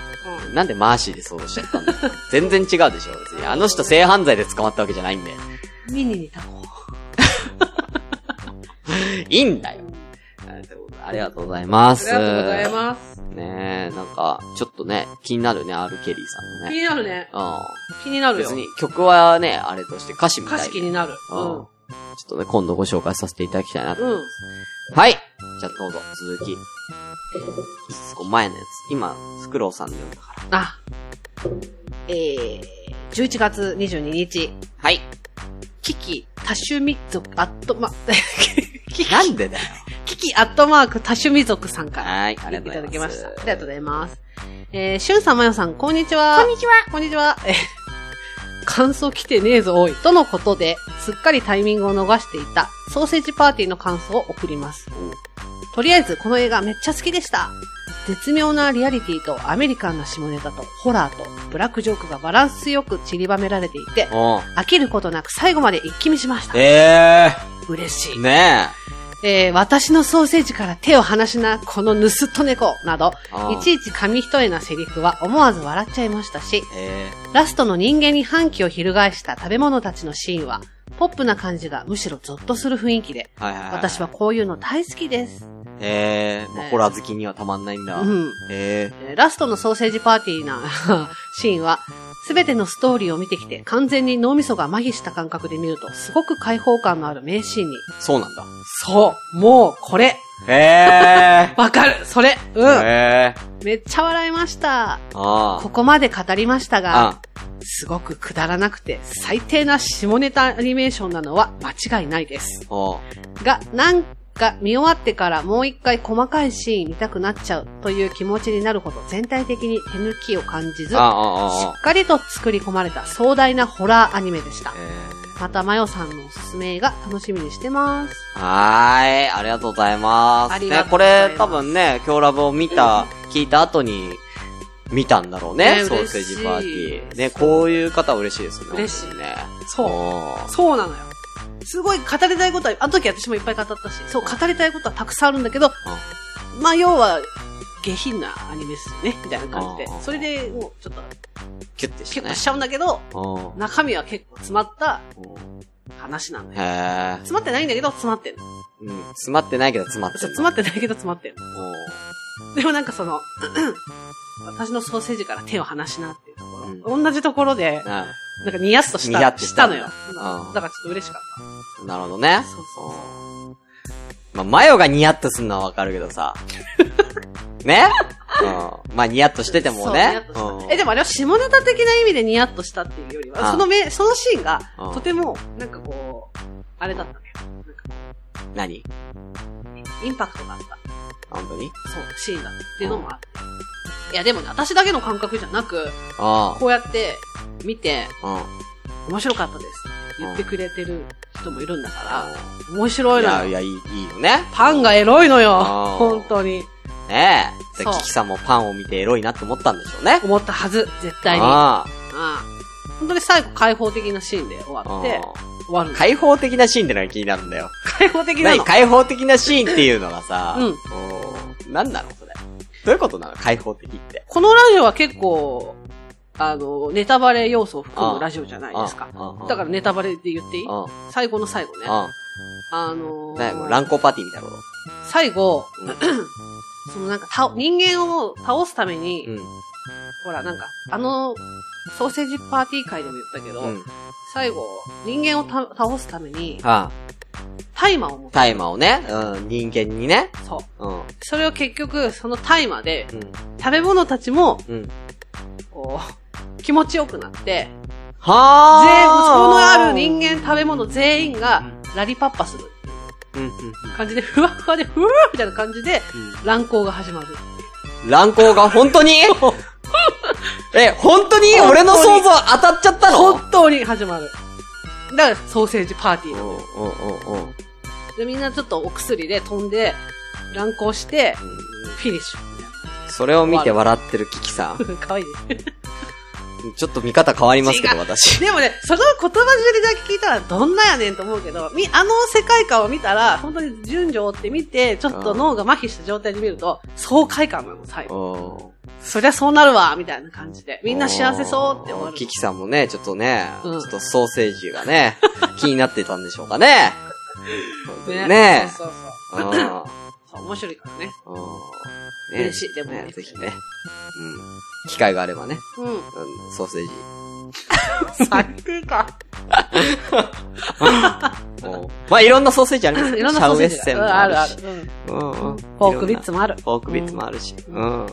Speaker 1: なんでマーシーでそうしちゃったんだよ全然違うでしょ、別に。あの人性犯罪で捕まったわけじゃないんで。
Speaker 2: うん。ミニにタコ。
Speaker 1: いいんだよ。あということでありがとうございます。
Speaker 2: ありがとうございます。
Speaker 1: ねえ、なんか、ちょっとね、気になるね、R. ケリーさんの
Speaker 2: 気
Speaker 1: ね。
Speaker 2: になるね。
Speaker 1: う。
Speaker 2: 気になんるよ
Speaker 1: 別。に曲はね、あれとして歌詞みたい
Speaker 2: 歌詞気になる。
Speaker 1: うん。ちょっとね、今度ご紹介させていただきたいなと。
Speaker 2: うん。うん。
Speaker 1: はいじゃあどうぞ、続き。一個前のやつ。今、スクローさんで読んだから。
Speaker 2: あ。えー、11月22日、
Speaker 1: はい。
Speaker 2: キキ、多種民族、あっと、ま、
Speaker 1: なんでだよ。
Speaker 2: キキアットマーク多趣味族さんから。
Speaker 1: はい、あ
Speaker 2: いた
Speaker 1: りがとう
Speaker 2: だ
Speaker 1: ご
Speaker 2: き
Speaker 1: ざい
Speaker 2: ま
Speaker 1: ま
Speaker 2: し
Speaker 1: す
Speaker 2: た。あ。りがとうございます。えー、しゅんさん、まよさん、こんにちは。こんにちは。こんにちは。えー (laughs) 感想来てねえぞ、おい。とのことで、すっかりタイミングを逃していた、ソーセージパーティーの感想を送ります。とりあえず、この映画めっちゃ好きでした。絶妙なリアリティとアメリカンな下ネタとホラーとブラックジョークがバランスよく散りばめられていて、
Speaker 1: おう
Speaker 2: 飽きることなく最後まで一気見しました。
Speaker 1: え
Speaker 2: 嬉しい
Speaker 1: ー、。ね
Speaker 2: えー私のソーセージから手を離しな、この盗っ人猫、など、
Speaker 1: え。うん
Speaker 2: いちいち紙一重なセリフは思わず笑っちゃいましたし、
Speaker 1: え
Speaker 2: ラストの人間に反旗を翻した食べ物たちのシーンは、ポップな感じがむしろゾッとする雰囲気で、
Speaker 1: ー、はいはいい。
Speaker 2: 私は。こういうの大好きです。
Speaker 1: えー、まあ、
Speaker 2: えー
Speaker 1: ホラー好きにはたまんないんだ。
Speaker 2: うん。
Speaker 1: え
Speaker 2: えーラストのソーセージパーティーな (laughs) シーンは、すべてのストーリーを見てきて完全に脳みそが麻痺した感覚で見ると、すごく開放感のある名シーンに、
Speaker 1: ー、そうなんだ。
Speaker 2: そう、もうこれ、
Speaker 1: え
Speaker 2: わかる、それ、う
Speaker 1: ー、
Speaker 2: ん。
Speaker 1: え
Speaker 2: めっちゃ笑いました。
Speaker 1: ー、あ
Speaker 2: ここまで語りましたが、
Speaker 1: あ。
Speaker 2: すごくくだらなくて最低な下ネタアニメーションなのは間違いないです。
Speaker 1: うん。おう
Speaker 2: が、なんか見終わってからもう一回細かいシーン見たくなっちゃうという気持ちになるほど全体的に手抜きを感じず、し
Speaker 1: ああ、ああ、あ
Speaker 2: っかりと作り込まれた壮大なホラーアニメでした
Speaker 1: あ。。え
Speaker 2: また、まよさんのおすすめが楽しみにしてます。
Speaker 1: ー、はーい、ありがとうございます。
Speaker 2: ありがとうご
Speaker 1: こ
Speaker 2: ざいます
Speaker 1: れ、多分ね、今日ラブを見た、聞いた後に、見たんだろうね
Speaker 2: ね。
Speaker 1: ソーセージパーティ
Speaker 2: 嬉し
Speaker 1: ー。
Speaker 2: い
Speaker 1: ね、こういう方は嬉しいですね。
Speaker 2: 嬉しい
Speaker 1: 本当にね。
Speaker 2: そう。
Speaker 1: おー
Speaker 2: そうなのよ。すごい語りたいことは、あの時私もいっぱい語ったし、そう、語りたいことはたくさんあるんだけど、まあ、要は、下品なアニメですよね、みたいな感じ
Speaker 1: あー
Speaker 2: で。それで、もう、ちょっと、
Speaker 1: キュッてして
Speaker 2: 結
Speaker 1: ね
Speaker 2: 構し。ちゃうんだけど、
Speaker 1: うん
Speaker 2: 中身は結構詰まった
Speaker 1: うん
Speaker 2: 話なんだよ。
Speaker 1: へー
Speaker 2: 詰まってないんだけど、詰まってる。そう
Speaker 1: うん。詰まってないけど詰まってる。
Speaker 2: 詰まってないけど、詰まってる。でもなんかその、 (clears throat) 私のソーセージから手を離しなっていうところ。同じところで
Speaker 1: おー、な
Speaker 2: なんかニヤッとし
Speaker 1: ニヤ
Speaker 2: た、
Speaker 1: ッとし
Speaker 2: したた
Speaker 1: ん
Speaker 2: の
Speaker 1: だ
Speaker 2: よ。
Speaker 1: うん
Speaker 2: だからちょっと嬉しかっ
Speaker 1: なるほど
Speaker 2: た。
Speaker 1: ね。
Speaker 2: そうそうそう。
Speaker 1: うんまあ、マヨがニヤッとすんのはわかるけ
Speaker 2: (laughs)
Speaker 1: どさ。ねうん。まあ、ニヤッとしてて
Speaker 2: そ
Speaker 1: もね。
Speaker 2: うニヤッとした
Speaker 1: うん
Speaker 2: え、でもあれは下ネタ的な意味でニヤッとしたっていうより
Speaker 1: あ
Speaker 2: は、そのめ、そのシーンが
Speaker 1: うん、
Speaker 2: とても、なんかこう、あれだったね。なんか
Speaker 1: 何
Speaker 2: インパクトがあった。
Speaker 1: 本当に
Speaker 2: そう、シーンだったっていうのもあって。いや、でもね、私だけの感覚じゃなく、
Speaker 1: あ
Speaker 2: こうやって、見て、
Speaker 1: あ。うん。
Speaker 2: 面白かったです。言ってくれてる人もいるんだか
Speaker 1: あ
Speaker 2: ら、面白い
Speaker 1: いや、
Speaker 2: の
Speaker 1: い
Speaker 2: よ。
Speaker 1: や、いい、いいよね。
Speaker 2: パンがエロいのよ
Speaker 1: あー。
Speaker 2: 本当に。
Speaker 1: ねえ。で
Speaker 2: そう
Speaker 1: キキさんもパンを見てエロいなって思ったんでしょうね。
Speaker 2: 思ったはず、絶対に。うん
Speaker 1: あ
Speaker 2: 本当に最後開放的なシーンで終
Speaker 1: あ。
Speaker 2: わっ
Speaker 1: う
Speaker 2: て
Speaker 1: ん、
Speaker 2: 終
Speaker 1: (laughs)
Speaker 2: わるの。
Speaker 1: 開放的なシーンってのが気になるんだよ。
Speaker 2: 開放的な
Speaker 1: 何
Speaker 2: の。
Speaker 1: 開放的なシーンっていうのがさ、
Speaker 2: うん
Speaker 1: うん。なんなのそれ。どういうことなの開放的って。
Speaker 2: このラジオは結構、あの、ネタバレ要素を含むラジオじゃないですか
Speaker 1: あああ。
Speaker 2: だからネタバレで言っていい
Speaker 1: うん。
Speaker 2: 最後の最後ね。あ
Speaker 1: う
Speaker 2: の
Speaker 1: ん。ねもう
Speaker 2: ー、
Speaker 1: 乱行パーティーみたいなこ
Speaker 2: 最後、
Speaker 1: と。
Speaker 2: (clears throat) そのなんか倒、人間を倒すために、
Speaker 1: うん。
Speaker 2: ほらなんか、あの、ソーセージパーティー会でも言ったけど、
Speaker 1: うん。うん。
Speaker 2: 最後、人間をた倒すために、
Speaker 1: ああ。
Speaker 2: 大麻を持って、
Speaker 1: 大麻をね、うん、人間にね。
Speaker 2: そう。
Speaker 1: うん。うん。
Speaker 2: それを結局、その大麻で、食べ物たちも、
Speaker 1: うん。
Speaker 2: こう、気持ちよくなって、全
Speaker 1: は
Speaker 2: そこのある
Speaker 1: 人
Speaker 2: 人間食べ物全員がラリパッパする
Speaker 1: うん、
Speaker 2: 感じで、ふわふわで、ふわーみたいな感じで、乱行が始まる。
Speaker 1: うん。乱行が本当に (laughs) え、本当に俺の想像当たっちゃったの
Speaker 2: 本当に始まる。だから、ソーセージパーティーなの
Speaker 1: うんうんうんうん。
Speaker 2: で、みんなちょっとお薬で飛んで、乱行して、フィニッシ
Speaker 1: それを見て笑ってるキキさ
Speaker 2: ュ。 (laughs) かわい
Speaker 1: (laughs)
Speaker 2: いね。
Speaker 1: ん。ちょっと見方変わりますけ
Speaker 2: 違
Speaker 1: ど、私。
Speaker 2: でもね、その言葉尻だけ聞いたらどんなやねんと思うけど、み、あの世界観を見たら、本当に順序を追って見て、ちょっと脳が麻痺した状態で見ると、爽快感なの、最後。
Speaker 1: うん。
Speaker 2: そりゃそうなるわ、みたいな感じで。みんな幸せそうって思
Speaker 1: お
Speaker 2: わ
Speaker 1: ー
Speaker 2: れ
Speaker 1: キ
Speaker 2: る。
Speaker 1: キさんもね、ちょっとね、
Speaker 2: うん
Speaker 1: ちょっとソーセージ
Speaker 2: (laughs)
Speaker 1: がね、気になってたんでしょうかね。ねえ。
Speaker 2: そうそう
Speaker 1: うん
Speaker 2: そう。そう、面白いからね。
Speaker 1: うんね
Speaker 2: (laughs) 嬉しいでも
Speaker 1: ねぜひね。うん。機会があればね、
Speaker 2: う
Speaker 1: うん、ソーセージ。
Speaker 2: ん。最低か。
Speaker 1: うんまあ、いろんなソーセージありま
Speaker 2: (laughs)
Speaker 1: す
Speaker 2: いろんなソーセージ
Speaker 1: シャウ
Speaker 2: が
Speaker 1: エッセン
Speaker 2: うん
Speaker 1: も
Speaker 2: あ
Speaker 1: あ
Speaker 2: るあ
Speaker 1: る
Speaker 2: る
Speaker 1: し。。
Speaker 2: うん
Speaker 1: うんうん
Speaker 2: フォークビッツもある。
Speaker 1: フォークビッツもあるし。
Speaker 2: うん
Speaker 1: うん。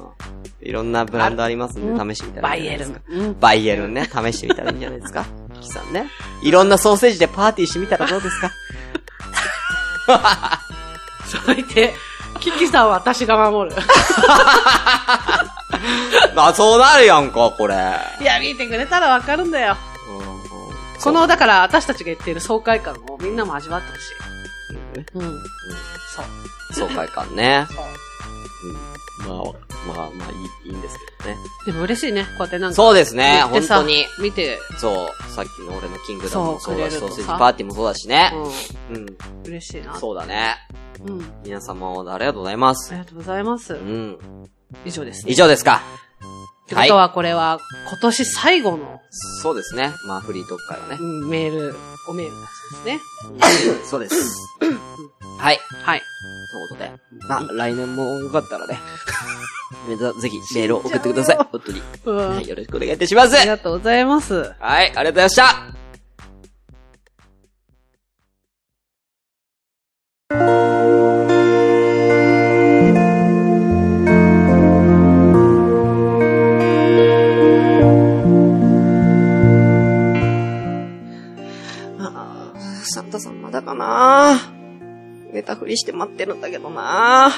Speaker 1: いろんなブランドありますん
Speaker 2: う
Speaker 1: で、試してみたら
Speaker 2: バ
Speaker 1: いいん
Speaker 2: イ
Speaker 1: じ
Speaker 2: エル
Speaker 1: ゃないです
Speaker 2: ン
Speaker 1: か。。
Speaker 2: うん。
Speaker 1: バイエルンね、試してみたらいいんじゃないですか。キキさんね。いろんなソーセージでパーティーしてみたらどうですか
Speaker 2: 最低。キキさんは私が守る。
Speaker 1: あ、そうなるやんか、これ。
Speaker 2: いや、見てくれたらわかるんだよ。こ
Speaker 1: そ
Speaker 2: の、
Speaker 1: う、
Speaker 2: だから私たちが言っている爽快感をみんなも味わってほしい。うん。そう。
Speaker 1: 爽快感ね。
Speaker 2: そう。
Speaker 1: まあ、まあ、まあ、いい、いいんですけどね。
Speaker 2: でも嬉しいね。こうやってなんか。
Speaker 1: そうですね、
Speaker 2: 言って
Speaker 1: 本
Speaker 2: さ
Speaker 1: 当に。
Speaker 2: 見て、
Speaker 1: そう、さっきの俺のキングダムも
Speaker 2: そ
Speaker 1: そううだし、
Speaker 2: く
Speaker 1: ソ
Speaker 2: れると
Speaker 1: ーセージ
Speaker 2: さ
Speaker 1: パーティーもそうだしね。
Speaker 2: う
Speaker 1: うん。
Speaker 2: ん。嬉しいな。
Speaker 1: そうだね。
Speaker 2: う。うん。
Speaker 1: 皆様、ありがとうございま
Speaker 2: あ
Speaker 1: す
Speaker 2: り。がとうございます
Speaker 1: う。ん。
Speaker 2: 以上です、
Speaker 1: 以。上ですか。
Speaker 2: ってことはこれは今年最後の
Speaker 1: そうですね。まあ、フリートーク会はね
Speaker 2: う。んメール、おメールですね。
Speaker 1: そう (coughs) です。はい。
Speaker 2: はい。
Speaker 1: ということで。まあ、来年もよかった (laughs) らね。ぜひ、メールを送ってください。本当に。
Speaker 2: うん。
Speaker 1: はい、よろしくお願いいたします。
Speaker 2: ありがとうございます。
Speaker 1: はい、ありがとうございました。
Speaker 3: あーサンタさんまだかな寝たふりして待ってるんだけどな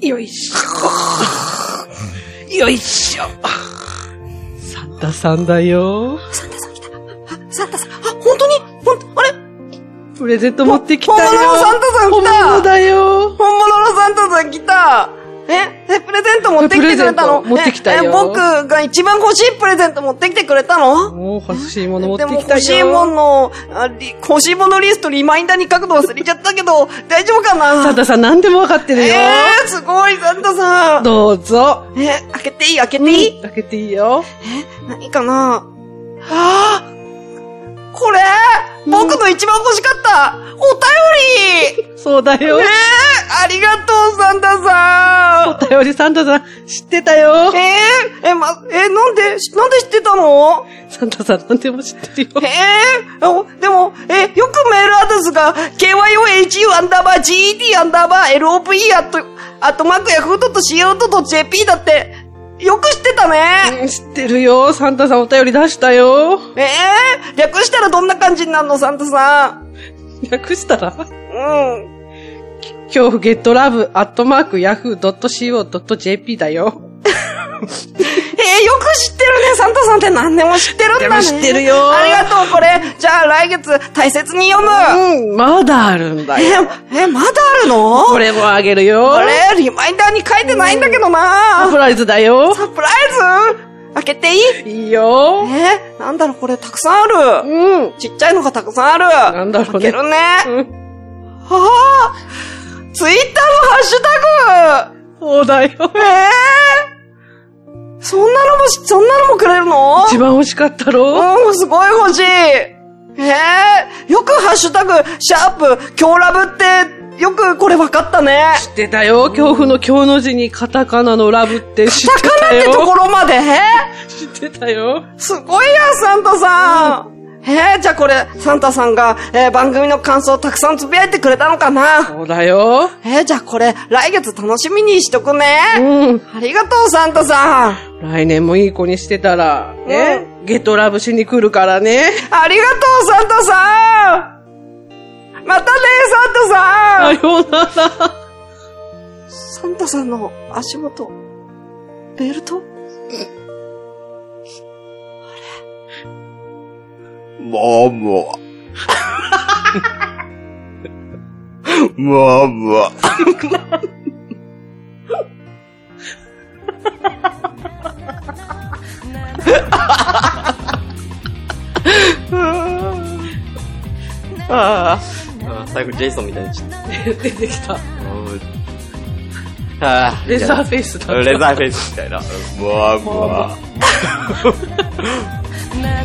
Speaker 2: よいしょ。よいしょ。サンタさんだよ。
Speaker 3: サンタさん来た。あ、サンタさん、あ、本当にほんと、あれ
Speaker 2: プレゼント持ってきた
Speaker 3: 本
Speaker 2: よ。
Speaker 3: 物のサンタさん来た
Speaker 2: 本物だよ。
Speaker 3: 本物のサンタさん来たええ、プレゼント持ってきてくれたの
Speaker 2: プレゼント持ってきたよ
Speaker 3: ええ僕が一番欲しいプレゼント持ってきてくれたの
Speaker 2: もう欲しいもの持って
Speaker 3: で
Speaker 2: きた
Speaker 3: も
Speaker 2: よ。
Speaker 3: 欲しいもの、あり欲しいものリストリマインダーに書くの忘れちゃったけど、大丈夫かな
Speaker 2: サンタさん何でも分かってるよ。
Speaker 3: えー、すごい、サンタさん。
Speaker 2: どうぞ。
Speaker 3: え、開けていい開けていい、
Speaker 2: 開けていいよ。
Speaker 3: 何かなああこれ僕の一番欲しかったお便り
Speaker 2: そうだ
Speaker 3: ええ
Speaker 2: よ。
Speaker 3: ありがとう、サンタさ
Speaker 2: お便りサンタさん知ってたよ (laughs)
Speaker 3: んえ。ええ、ま、え、なんで、しなんで知ってた
Speaker 2: (laughs)
Speaker 3: の
Speaker 2: サンタさん何でも知ってるよ
Speaker 3: え。えおでも、え、よくメールアドレスが、kyohu アンダーバー ged アンダーバー lope アット、アットマークヤフードと co.jp だって、よく知ってたね。
Speaker 2: うん知ってるよ。サンタさんお便り出したよ。
Speaker 3: ええ略したらどんな感じになるの、サンタさん。
Speaker 2: 略したら
Speaker 3: うん。
Speaker 2: 恐怖ゲットラブアットマークヤフー .co.jp だよ。
Speaker 3: えー、よく知ってるね。サンタさんって何でも知ってるんだね。
Speaker 2: でも知ってるよ
Speaker 3: ありがとう、これ。じゃあ来月大切に読む。
Speaker 2: うん、まだあるんだ
Speaker 3: え
Speaker 2: よ。
Speaker 3: ー、えー、まだあるの
Speaker 2: これもあげるよ。
Speaker 3: これ、リマインダーに書いてないんだけど
Speaker 2: サプ
Speaker 3: な。
Speaker 2: ライズだよ。
Speaker 3: サプライズ開けていい
Speaker 2: いいよ。
Speaker 3: えー、なんだろう、これたくさんある。
Speaker 2: うん。
Speaker 3: ちっちゃいのがたくさんある。
Speaker 2: なんだろう
Speaker 3: 開け
Speaker 2: ね。
Speaker 3: るね。
Speaker 2: うん。
Speaker 3: はぁツイッターのハッシュタグ
Speaker 2: そうだよ。
Speaker 3: えー、そんなのもし、そんなのもくれるの
Speaker 2: 一番欲しかったろ
Speaker 3: うん、すごい欲しい。ええよくハッシュタグ、シャープ、強ラブって、よくこれ分かったね。
Speaker 2: 知ってたよ。恐怖の恐の字にカタカナのラブって知って
Speaker 3: 高
Speaker 2: た
Speaker 3: めってとこ
Speaker 2: よ。
Speaker 3: ろまで、
Speaker 2: 知ってたよ。
Speaker 3: すごいや、サンタさん。ええじゃあこれ、サンタさんが、えー番組の感想をたくさんつぶやいてくれたのかな
Speaker 2: そうだよ。
Speaker 3: ええじゃあこれ、来月楽しみにしとくね。
Speaker 2: うん。
Speaker 3: ありがとう、サンタさん。
Speaker 2: 来年もいい子にしてたら、ね。ゲットラブしに来るからね。
Speaker 3: ありがとう、サンタさん。またね、サンタさん。
Speaker 2: さようなら。
Speaker 3: サンタさんの足元、ベルト
Speaker 4: もも。もも。
Speaker 1: ああ、最後ジェイソンみたいにちょっと。
Speaker 2: 出てきた。
Speaker 1: ああ
Speaker 2: レザーフェイスだった。
Speaker 1: レザーフェイスみたいな。
Speaker 4: もも。
Speaker 5: な